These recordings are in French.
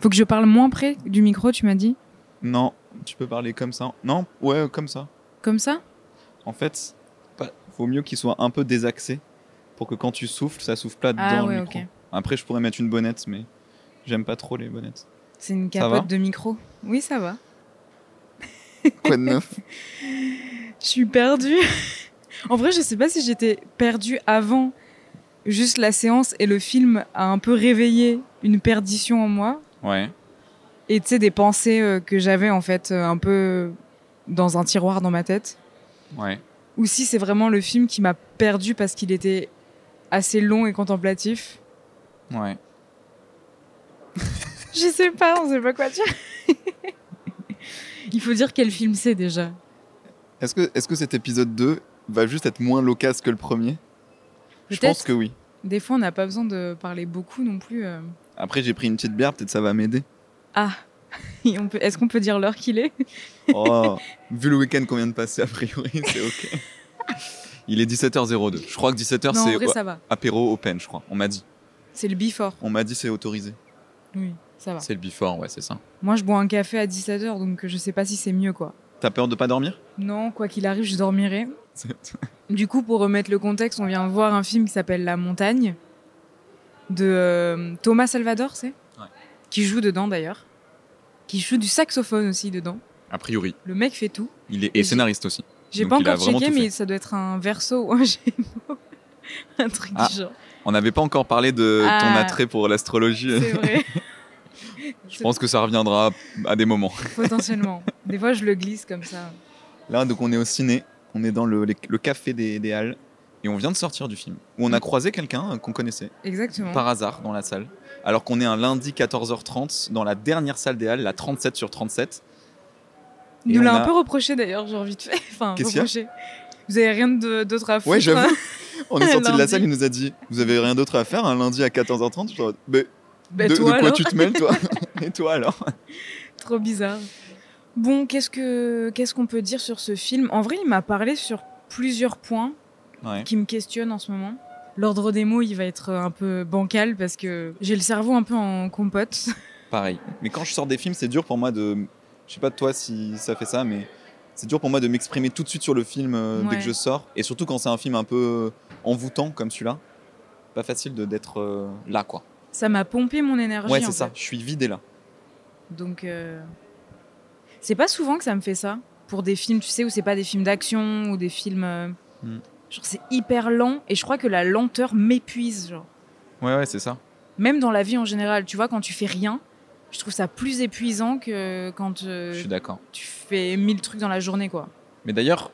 Faut que je parle moins près du micro, tu m'as dit Non, tu peux parler comme ça. Non, ouais, comme ça. Comme ça En fait, pas- vaut mieux qu'il soit un peu désaxé pour que quand tu souffles, ça souffle pas Ah dans ouais, le micro. ok. Après, je pourrais mettre une bonnette, mais j'aime pas trop les bonnettes. C'est une Ça va capote de micro. Oui, ça va. Quoi de neuf Je suis perdue. en vrai, je sais pas si j'étais perdue avant. Juste la séance et le film a un peu réveillé une perdition en moi. Ouais. Et tu sais, des pensées euh, que j'avais en fait euh, un peu dans un tiroir dans ma tête. Ouais. Ou si c'est vraiment le film qui m'a perdue parce qu'il était assez long et contemplatif. Ouais. Je sais pas, on sait pas quoi dire. Il faut dire quel film c'est déjà. Est-ce que, est-ce que cet épisode 2 va juste être moins loquace que le premier Je pense Peut-être. que oui. Des fois, on n'a pas besoin de parler beaucoup non plus. euh. Après, j'ai pris une petite bière, peut-être ça va m'aider. Ah, Et on peut- est-ce qu'on peut dire l'heure qu'il est Oh, vu le week-end qu'on vient de passer, a priori, c'est ok. Il est 17h02. Je crois que 17h, Non, en c'est vrai, ça va. apéro open, je crois. On m'a dit. C'est le before. On m'a dit c'est autorisé. Oui, ça va. C'est le before, ouais, c'est ça. Moi, je bois un café à 17h, donc je sais pas si c'est mieux, quoi. T'as peur de pas dormir Non, quoi qu'il arrive, je dormirai. Du coup, pour remettre le contexte, on vient voir un film qui s'appelle La Montagne, de euh, Thomas Salvador, c'est Ouais. Qui joue dedans, d'ailleurs. Qui joue du saxophone aussi dedans. A priori. Le mec fait tout. Il est Et et j'ai- scénariste aussi. J'ai Donc, pas il a encore vraiment checké, tout fait. mais ça doit être un verso ou un gémeaux. un truc Ah. du genre. On n'avait pas encore parlé de ton Ah. attrait pour l'astrologie. C'est vrai. Je pense que ça reviendra à des moments. Potentiellement. Des fois, je le glisse comme ça. Là, donc, on est au ciné. On est dans le, les- le café des, des Halles. Et on vient de sortir du film. Où on a croisé quelqu'un euh, qu'on connaissait. Exactement. par hasard dans la salle, alors qu'on est un lundi 14h30 dans la dernière salle des Halles, la 37 sur 37. Il nous on l'a un a- peu reproché d'ailleurs, j'ai envie de faire. Enfin, Qu'est-ce qu'il y a reproché. Vous avez rien de- d'autre à foutre. Ouais, j'avoue. hein On est sorti de la Lundi. salle, il nous a dit Vous avez rien d'autre à faire un lundi à 14h30 Je suis en mode, Mais Bah, de, de toi, quoi alors tu te mêles, toi Et toi alors Trop bizarre. Bon, qu'est-ce que qu'est-ce qu'on peut dire sur ce film En vrai, il m'a parlé sur plusieurs points Ouais. qui me questionnent en ce moment. L'ordre des mots, il va être un peu bancal parce que j'ai le cerveau un peu en compote. Pareil. Mais quand je sors des films, c'est dur pour moi de. Je sais pas toi si ça fait ça, mais c'est dur pour moi de m'exprimer tout de suite sur le film euh, dès Ouais. que je sors. Et surtout quand c'est un film un peu euh, envoûtant comme celui-là. Pas facile de d'être euh, là, quoi. Ça m'a pompé mon énergie. Ouais, en c'est ça. fait. Je suis vidé là. Donc, euh, c'est pas souvent que ça me fait ça pour des films, tu sais, où c'est pas des films d'action ou des films. euh, Hmm. Genre, c'est hyper lent et je crois que la lenteur m'épuise, genre. Ouais, ouais, c'est ça. Même dans la vie en général, tu vois, quand tu fais rien, je trouve ça plus épuisant que quand euh, Je suis d'accord. tu fais mille trucs dans la journée, quoi. Mais d'ailleurs,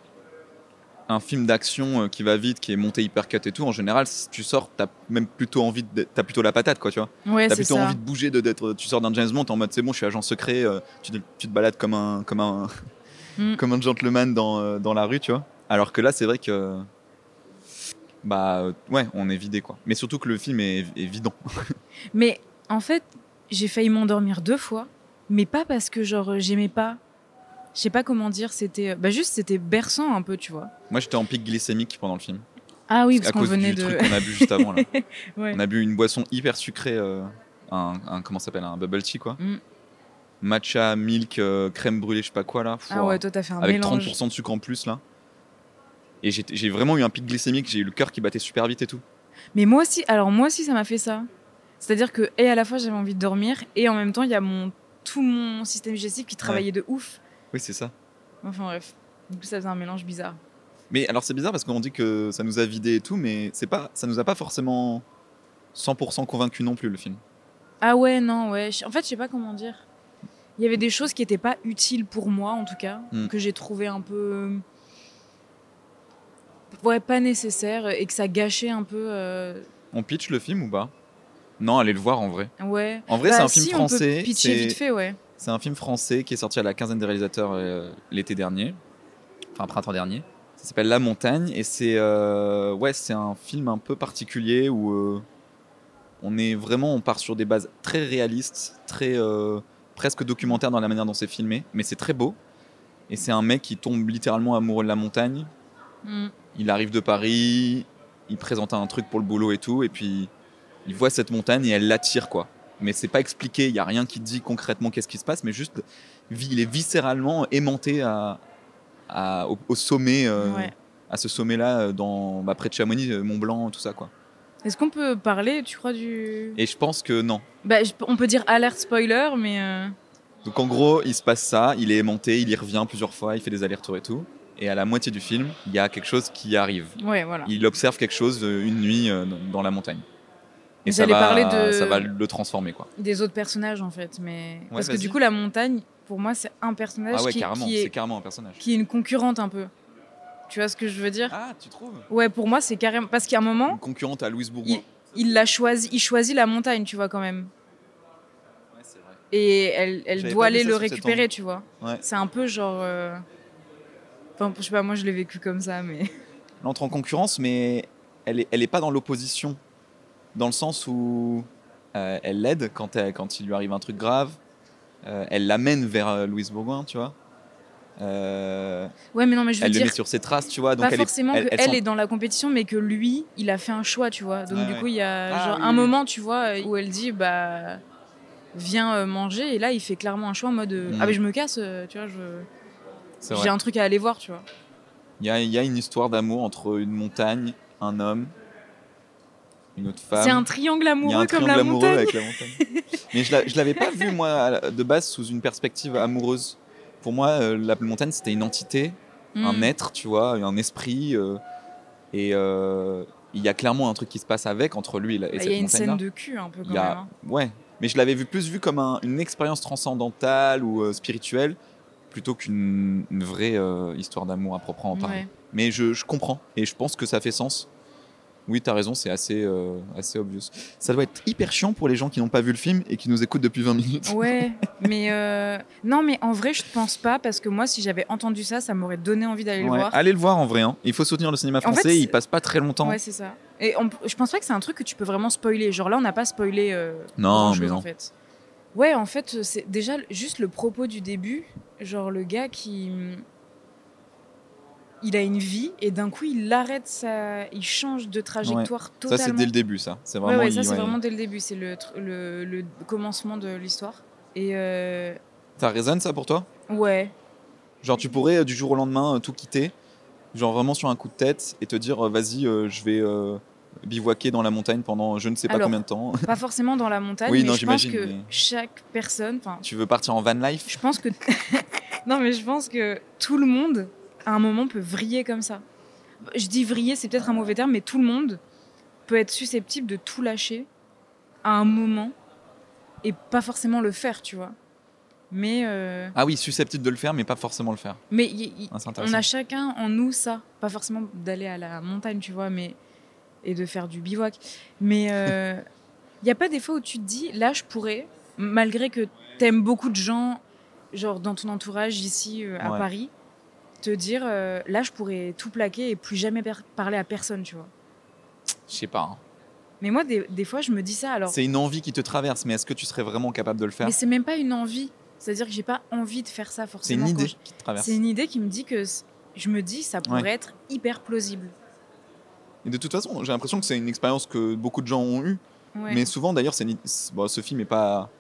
un film d'action euh, qui va vite, qui est monté hyper cut et tout, en général, si tu sors, t'as même plutôt envie, de- t'as plutôt la patate, quoi, tu vois. Ouais, T'as c'est plutôt ça. envie de bouger, de, d'être, tu sors d'un James Bond t'es en mode c'est bon, je suis agent secret, euh, tu, te, tu te balades comme un, comme un, Mm. comme un gentleman dans, euh, dans la rue, tu vois. Alors que là, c'est vrai que. Bah euh, ouais, on est vidé quoi. Mais surtout que le film est, est vidant. Mais en fait, j'ai failli m'endormir deux fois, mais pas parce que, genre, euh, j'aimais pas. Je sais pas comment dire, c'était. Bah, juste, c'était berçant un peu, tu vois. Moi j'étais en pic glycémique pendant le film. Ah oui, à parce qu'on cause venait du de. truc qu'on a bu juste avant là. Ouais. On a bu une boisson hyper sucrée, euh, un, un- comment ça s'appelle, un bubble tea quoi. Mm. Matcha, milk, euh, crème brûlée, je sais pas quoi là. Ah Pouah. ouais, toi, t'as fait un avec mélange. 30% de sucre en plus là. Et j'étais- j'ai vraiment eu un pic glycémique, j'ai eu le cœur qui battait super vite et tout. Mais moi aussi, alors moi aussi, ça m'a fait ça. C'est-à-dire que, et à la fois, j'avais envie de dormir, et en même temps, il y a mon, tout mon système digestif qui travaillait de ouf. Oui, c'est ça. Enfin bref, du coup, ça faisait un mélange bizarre. Mais alors c'est bizarre parce qu'on dit que ça nous a vidé et tout, mais c'est pas, ça nous a pas forcément 100% convaincu non plus le film. Ah ouais, non, ouais. je- En fait, je sais pas comment dire. Il y avait des choses qui n'étaient pas utiles pour moi, en tout cas, Mm. que j'ai trouvé un peu. Ouais, pas nécessaire, et que ça gâchait un peu. euh, On pitch le film ou pas Non, allez le voir en vrai. Ouais. En vrai, Bah, c'est un si, film on peut français. pitcher c'est- vite fait, ouais. C'est un film français qui est sorti à la quinzaine des réalisateurs euh, l'été dernier, enfin printemps dernier. Ça s'appelle La Montagne et c'est euh, ouais c'est un film un peu particulier où euh, on est vraiment on part sur des bases très réalistes, très euh, presque documentaire dans la manière dont c'est filmé, mais c'est très beau. Et c'est un mec qui tombe littéralement amoureux de la montagne. Mm. Il arrive de Paris, il présente un truc pour le boulot et tout, et puis il voit cette montagne et elle l'attire quoi. mais c'est pas expliqué, il y a rien qui dit concrètement qu'est-ce qui se passe, mais juste vi- il est viscéralement aimanté à, à- au, au sommet, euh, Ouais. à ce sommet-là, euh, dans bah, près de Chamonix, Mont Blanc, tout ça quoi. Est-ce qu'on peut parler, tu crois, du. Et je pense que non. Bah, je- on peut dire alerte spoiler, mais. euh, Donc en gros, il se passe ça, il est aimanté, il y revient plusieurs fois, il fait des allers-retours et tout. Et à la moitié du film, il y a quelque chose qui arrive. Ouais, voilà. Il observe quelque chose euh, une nuit euh, dans- dans la montagne. Et Vous ça allez va, parler de- ça va le transformer quoi. Des autres personnages, en fait. mais Parce que vas-y. du coup, la montagne, pour moi, c'est un personnage Ah ouais, qui, carrément, qui c'est est, carrément un personnage. qui est une concurrente un peu. Tu vois ce que je veux dire Ah, tu trouves Ouais, pour moi, c'est carrément. Parce qu'à un moment, Une concurrente à Louise Bourgoin. Hein il la choisit, il choisit la montagne, tu vois, quand même. Ouais, c'est vrai. Et elle, elle J'avais doit pas vu aller ça le sous cet récupérer, angle. tu vois. Ouais. C'est un peu genre. euh, Enfin, je sais pas, moi, je l'ai vécu comme ça, mais. Elle entre en concurrence, mais elle est, elle est pas dans l'opposition. Dans le sens où euh, elle l'aide quand, elle- quand il lui arrive un truc grave. Euh, elle l'amène vers euh, Louise Bourgoin, tu vois. Euh, Ouais, mais non, mais je veux elle le dire. met sur ses traces, tu vois. Donc pas elle forcément est, elle, qu'elle elle s'en- est dans la compétition, mais que lui, il a fait un choix, tu vois. Donc Ouais, du ouais. coup, il y a Ah, genre oui, un oui. moment, tu vois, où elle dit, bah, viens euh, manger. Et là, il fait clairement un choix en mode, euh, Mm. ah, mais je me casse, euh, tu vois, je- C'est j'ai vrai. un truc à aller voir, tu vois. Il y a, il y a une histoire d'amour entre une montagne, un homme, une autre femme. C'est un triangle Bah, Il y a un amoureux comme triangle la amoureux montagne. avec la montagne. Mais je l'a- je l'avais pas vu, moi, à la- de base, sous une perspective amoureuse. Pour moi, euh, la montagne, c'était une entité, Mm. un être, tu vois, un esprit. euh, et euh, il y a clairement un truc qui se passe avec, entre lui et, la- et Bah, Il cette y a une montagne-là. scène de cul un peu quand Il y a- même. hein. Ouais. Mais je l'avais vu plus vu comme un- une expérience transcendantale ou euh, spirituelle, plutôt qu'une une vraie euh, histoire d'amour à proprement parler. Ouais. Mais je, je comprends et je pense que ça fait sens. Oui, t'as raison, c'est assez, euh, assez obvious. Ça doit être hyper chiant pour les gens qui n'ont pas vu le film et qui nous écoutent depuis 20 minutes. Ouais, mais euh, non, mais en vrai, je pense pas parce que moi, si j'avais entendu ça, ça m'aurait donné envie d'aller le Ouais, voir. Allez le voir en vrai. hein. Il faut soutenir le cinéma En fait, français, c'est- il passe pas très longtemps. Ouais, c'est ça. Et on- je pense pas que c'est un truc que tu peux vraiment spoiler. Genre là, on n'a pas spoilé. euh, non, grand-chose, mais En non. fait. Ouais, en fait, c'est déjà le- juste le propos du début, genre le gars qui mm, il a une vie et d'un coup il arrête sa, il change de trajectoire Ça, totalement. c'est dès le début, ça. C'est vraiment. ouais, ouais, ça il- c'est ouais. vraiment dès le début, c'est le, tr- le, le commencement de l'histoire. Et euh, Ça résonne, ça, pour toi ouais, Genre, tu pourrais euh, du jour au lendemain euh, tout quitter, genre vraiment sur un coup de tête et te dire euh, vas-y, euh, je vais euh, bivouaquer dans la montagne pendant je ne sais pas Alors. combien de temps. pas forcément dans la montagne, Oui, mais non, je pense j'imagine, que mais- chaque personne, enfin tu veux partir en van life Je pense que. non, mais je pense que tout le monde, à un moment, peut vriller comme ça. Je dis vriller, c'est peut-être un mauvais terme, mais tout le monde peut être susceptible de tout lâcher à un moment et pas forcément le faire, tu vois. Mais euh, Ah oui, susceptible de le faire, mais pas forcément le faire. mais y- y- Ah, c'est on intéressant. a chacun en nous ça, pas forcément d'aller à la montagne, tu vois, mais et de faire du bivouac. Mais il n'y a pas des fois où tu te dis, là, je pourrais, malgré que t'aimes beaucoup de gens, genre dans ton entourage ici euh, à Ouais. Paris, te dire, euh, là, je pourrais tout plaquer et plus jamais per- parler à personne, tu vois. Je sais pas. hein. Mais moi, des, des fois, je me dis ça. Alors, C'est une envie qui te traverse, mais est-ce que tu serais vraiment capable de le faire mais c'est même pas une envie. C'est-à-dire que j'ai pas envie de faire ça C'est forcément. une quand idée je- qui te traverse. C'est une idée qui me dit que c- je me dis ça pourrait être hyper plausible. Et de toute façon, j'ai l'impression que c'est une expérience que beaucoup de gens ont eue. Ouais. Mais souvent, d'ailleurs, c'est une- c'est- bon, ce film n'est pas,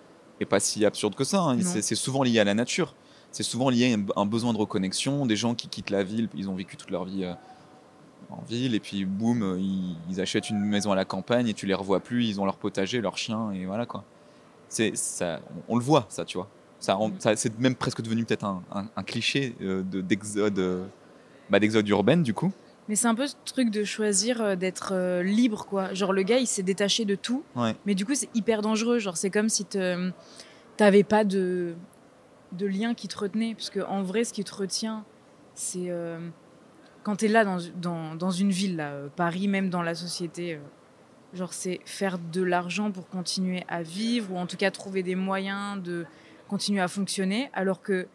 est pas si absurde que ça. hein. Non. C'est c'est souvent lié à la nature. C'est souvent lié à un- un besoin de reconnexion. Des gens qui quittent la ville, ils ont vécu toute leur vie euh, en ville, et puis boum, euh, ils, ils achètent une maison à la campagne et tu les revois plus. Ils ont leur potager, leur chien, et voilà quoi. C'est ça, on, on le voit, ça, tu vois. Ça, rend- Mm. ça- c'est même presque devenu peut-être un, un- un cliché euh, de- d'exode euh, bah, d'exode urbain, du coup. Mais c'est un peu ce truc de choisir euh, d'être euh, libre, quoi. Genre, le gars, il s'est détaché de tout. Ouais. Mais du coup, c'est hyper dangereux. Genre, c'est comme si te- t'avais pas de... de lien qui te retenait. Parce que, en vrai, ce qui te retient, c'est euh, quand t'es là dans, dans, dans une ville, là, euh, Paris, même dans la société. euh, genre, c'est faire de l'argent pour continuer à vivre ou en tout cas trouver des moyens de continuer à fonctionner. Alors que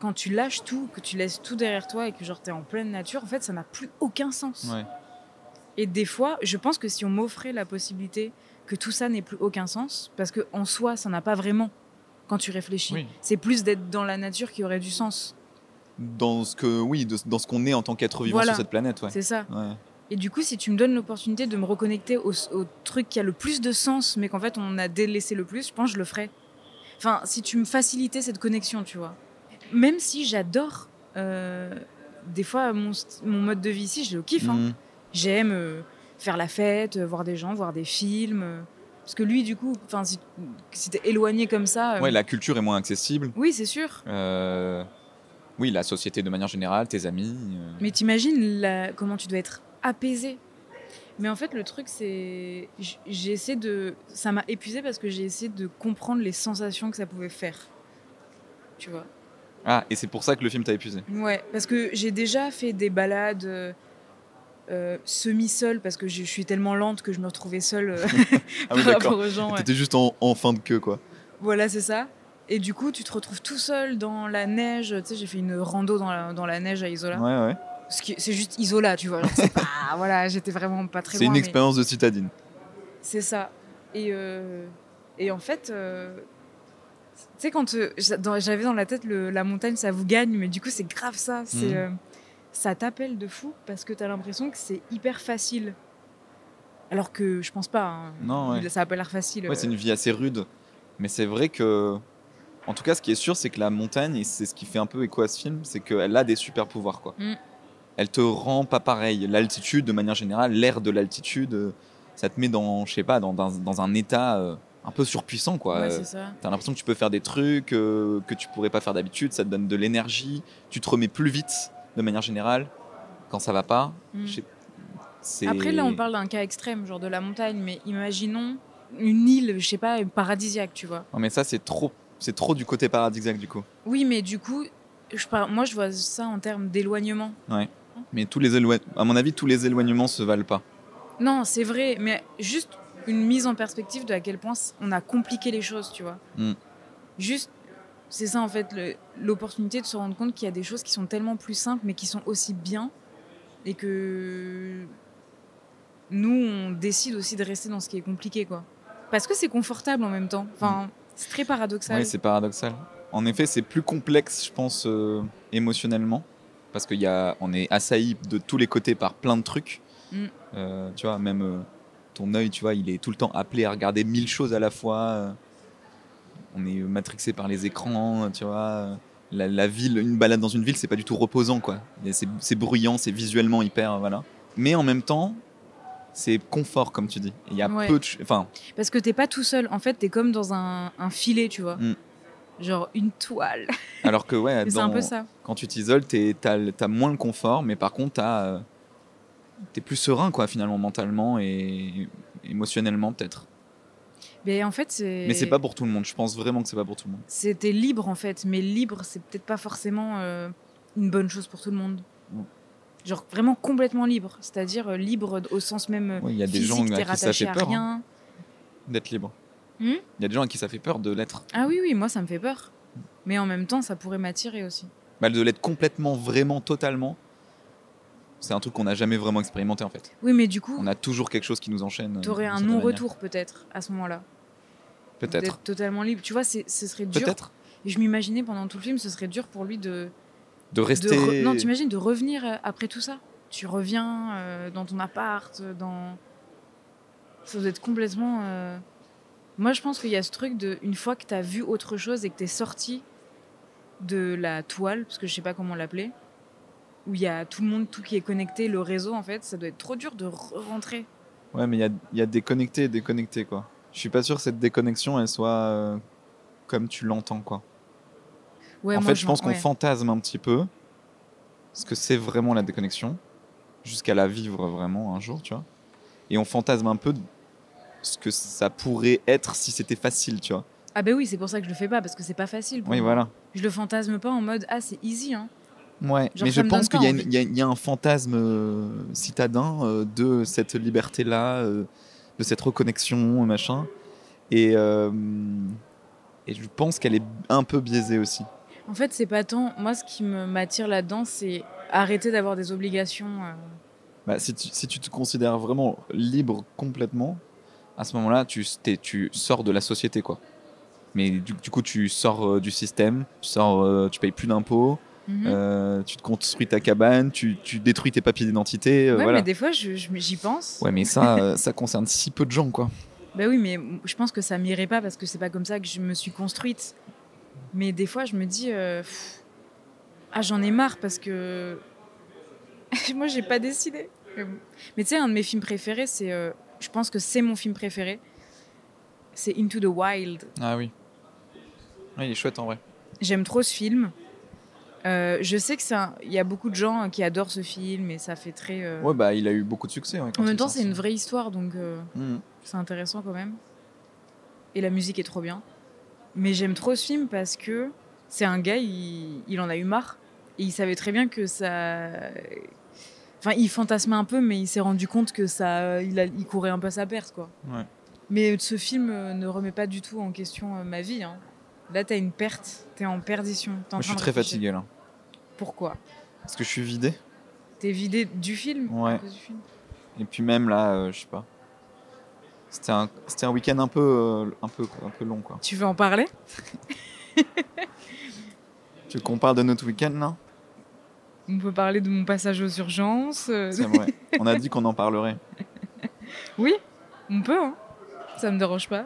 quand tu lâches tout, que tu laisses tout derrière toi et que genre t'es en pleine nature, en fait, ça n'a plus aucun sens. Ouais. Et des fois, je pense que si on m'offrait la possibilité que tout ça n'ait plus aucun sens, parce que en soi, ça n'a pas vraiment. Quand tu réfléchis, Oui. c'est plus d'être dans la nature qui aurait du sens. Dans ce que, oui, de- dans ce qu'on est en tant qu'être vivant Voilà. sur cette planète, ouais. C'est ça. Ouais. Et du coup, si tu me donnes l'opportunité de me reconnecter au, au truc qui a le plus de sens, mais qu'en fait on a délaissé le plus, je pense que je le ferais. Enfin, si tu me facilitais cette connexion, tu vois. Même si j'adore, euh, des fois, mon, st- mon mode de vie ici, je le kiffe. hein. Mhm. J'aime euh, faire la fête, euh, voir des gens, voir des films. euh. parce que lui, du coup, enfin, si, si t'es éloigné comme ça, euh, Ouais, la culture est moins accessible. oui, c'est sûr. Euh, oui, la société de manière générale, tes amis. euh, Mais t'imagines la- comment tu dois être apaisé. Mais en fait, le truc, c'est. j- J'ai essayé de. Ça m'a épuisé parce que j'ai essayé de comprendre les sensations que ça pouvait faire. Tu vois Ah, et c'est pour ça que le film t'a épuisé. Ouais, parce que j'ai déjà fait des balades euh, euh, semi-seule parce que je suis tellement lente que je me retrouvais seule euh, Ah par rapport aux gens. ouais. T'étais juste en, en fin de queue, quoi. Voilà, c'est ça. Et du coup, tu te retrouves tout seul dans la neige. Tu sais, j'ai fait une rando dans la, dans la neige à Isola. Ouais, ouais. Ce qui- C'est juste Isola, tu vois. genre, c'est pas- voilà, j'étais vraiment pas très C'est loin. mais- une expérience de citadine. C'est ça. Et, euh, et en fait, euh, tu sais, quand euh, j'a- dans- j'avais dans la tête le- la montagne, ça vous gagne, mais du coup, c'est grave ça. C'est, Mhm. euh, ça t'appelle de fou parce que t'as l'impression que c'est hyper facile. Alors que je pense pas. hein. Non, ouais. Il- Ça a pas l'air facile. Euh, Ouais, c'est une vie assez rude. Mais c'est vrai que. En tout cas, ce qui est sûr, c'est que la montagne, et c'est ce qui fait un peu écho à ce film, c'est qu'elle a des super pouvoirs, quoi. Mm. Elle te rend pas pareil. L'altitude, de manière générale, l'air de l'altitude, euh, ça te met dans, je sais pas, dans, dans, dans un état euh, un peu surpuissant, quoi. Ouais, Euh, c'est ça. T'as l'impression que tu peux faire des trucs euh, que tu pourrais pas faire d'habitude, ça te donne de l'énergie, tu te remets plus vite de manière générale quand ça va pas. Mhm. je sais- c'est- Après, là, on parle d'un cas extrême, genre de la montagne, mais imaginons une île, je sais pas, paradisiaque, tu vois. Non mais ça c'est trop, c'est trop du côté paradisiaque du coup. Oui, mais du coup, je par- moi, je vois ça en termes d'éloignement. Mais tous les éloign- à mon avis tous les éloignements se valent pas. Non, c'est vrai, mais juste une mise en perspective de à quel point c- on a compliqué les choses, tu vois. Mm. Juste, c'est ça en fait, le- l'opportunité de se rendre compte qu'il y a des choses qui sont tellement plus simples, mais qui sont aussi bien, et que nous, on décide aussi de rester dans ce qui est compliqué, quoi. Parce que c'est confortable en même temps. Enfin, c'est très paradoxal. Mm. Ouais, c'est paradoxal. En effet, c'est plus complexe, je pense, euh, émotionnellement, parce qu'il y a, on est assailli de tous les côtés par plein de trucs. Mm. Euh, tu vois, même euh, ton œil, tu vois, il est tout le temps appelé à regarder mille choses à la fois. euh, on est matrixé par les écrans, euh, tu vois. euh, La, la ville, une balade dans une ville, c'est pas du tout reposant, quoi. Il y a- C'est c'est bruyant, c'est visuellement hyper, euh, voilà. Mais en même temps, c'est confort, comme tu dis. Il y a Ouais. peu de, ch- enfin, Parce que t'es pas tout seul. En fait, t'es comme dans un, un filet, tu vois. Mm. Genre une toile. alors que ouais, Mais C'est un dans- peu ça. quand tu t'isoles, t'es- t'as le- t'as moins le confort, mais par contre, t'as, euh, t'es plus serein, quoi, finalement, mentalement et émotionnellement, peut-être. Mais en fait, c'est. Mais c'est pas pour tout le monde. Je pense vraiment que c'est pas pour tout le monde. C'était libre, en fait. Mais libre, c'est peut-être pas forcément euh, une bonne chose pour tout le monde. Mm. Genre vraiment complètement libre. C'est-à-dire euh, libre d- au sens même. euh, Ouais, Il y a des physique, gens t'es à qui ça rattaché fait à peur hein, rien. d'être libre. Hmm Il y a des gens à qui ça fait peur de l'être. Ah oui, oui, moi, ça me fait peur. Mais en même temps, ça pourrait m'attirer aussi. Bah, de l'être complètement, vraiment, totalement. C'est un truc qu'on n'a jamais vraiment expérimenté en fait. Oui, mais du coup, On a toujours quelque chose qui nous enchaîne. euh, t'aurais d'une un certaine manière. non-retour, peut-être, à ce moment-là. Peut-être. D'être totalement libre. Tu vois, c'est- ce serait dur. Peut-être. Et je m'imaginais pendant tout le film, ce serait dur pour lui de. de De rester. re- Non, t'imagines de revenir euh, après tout ça. Tu reviens euh, dans ton appart, euh, dans. Ça doit être complètement. euh, Moi, je pense qu'il y a ce truc de. Une fois que t'as vu autre chose et que t'es sorti de la toile, parce que je sais pas comment l'appeler, où il y a tout le monde, tout qui est connecté, le réseau, en fait, ça doit être trop dur de rentrer. Ouais, mais il y a, il y a déconnecté et déconnecté, quoi. Je suis pas sûr que cette déconnexion, elle soit euh, comme tu l'entends, quoi. Ouais, en moi, fait, je pense qu'on ouais. fantasme un petit peu ce que c'est vraiment la déconnexion, jusqu'à la vivre vraiment un jour, tu vois. Et on fantasme un peu de ce que ça pourrait être si c'était facile, tu vois. Ah, ben oui, c'est pour ça que je le fais pas, parce que c'est pas facile. pour Oui, moi. voilà. Je le fantasme pas en mode Ah, c'est easy, hein. Ouais, Genre, ça mais je me donne pense pas qu'il y, a envie. une- il y a- il y a un fantasme euh, citadin euh, de cette liberté-là, euh, de cette reconnexion, machin. Et, euh, et je pense qu'elle est un peu biaisée aussi. En fait, c'est pas tant. Moi, ce qui me- m'attire là-dedans, c'est arrêter d'avoir des obligations. euh. Bah, si, tu, si tu te considères vraiment libre complètement, à ce moment-là, tu, t'es- tu sors de la société, quoi. Mais du, du coup, tu sors euh, du système, tu sors, euh, tu payes plus d'impôts, Mhm. Euh, tu te construis ta cabane, tu, tu détruis tes papiers d'identité. euh, ouais, voilà. mais des fois, je- je- j'y pense. Ouais, mais ça, euh, ça concerne si peu de gens, quoi. Bah oui, mais je pense que ça m'irait pas parce que c'est pas comme ça que je me suis construite. Mais des fois, je me dis, euh, pff, ah, j'en ai marre parce que moi, j'ai pas décidé. Mais bon. Mais tu sais, un de mes films préférés, c'est, euh, je pense que c'est mon film préféré, c'est Into the Wild. Ah oui. il est chouette en vrai. J'aime trop ce film. Euh, je sais que c'est un- il y a beaucoup de gens qui adorent ce film et ça fait très. euh, Ouais, bah il a eu beaucoup de succès. ouais, quand en il même est temps, c'est sorti. une vraie histoire, donc. euh, Mhm. c'est intéressant quand même. Et la musique est trop bien. Mais j'aime trop ce film parce que c'est un gars, il, il en a eu marre. Et il savait très bien que ça. Enfin, il fantasmait un peu, mais il s'est rendu compte que ça. Il, a- il courait un peu sa perte, quoi. Ouais. Mais ce film euh, ne remet pas du tout en question euh, ma vie. hein. Là, t'as une perte. T'es en perdition. T'es en Moi, train je suis de très réfléchir. fatigué là. Pourquoi Parce que je suis vidé. T'es vidé du film Ouais. à cause du film Et puis même là, euh, je sais pas. C'était un, c'était un week-end un peu, euh, un, peu, un peu long, quoi. Tu veux en parler Tu veux qu'on parle de notre week-end là On peut parler de mon passage aux urgences. euh, C'est vrai. On a dit qu'on en parlerait. Oui, on peut, hein. ça me dérange pas.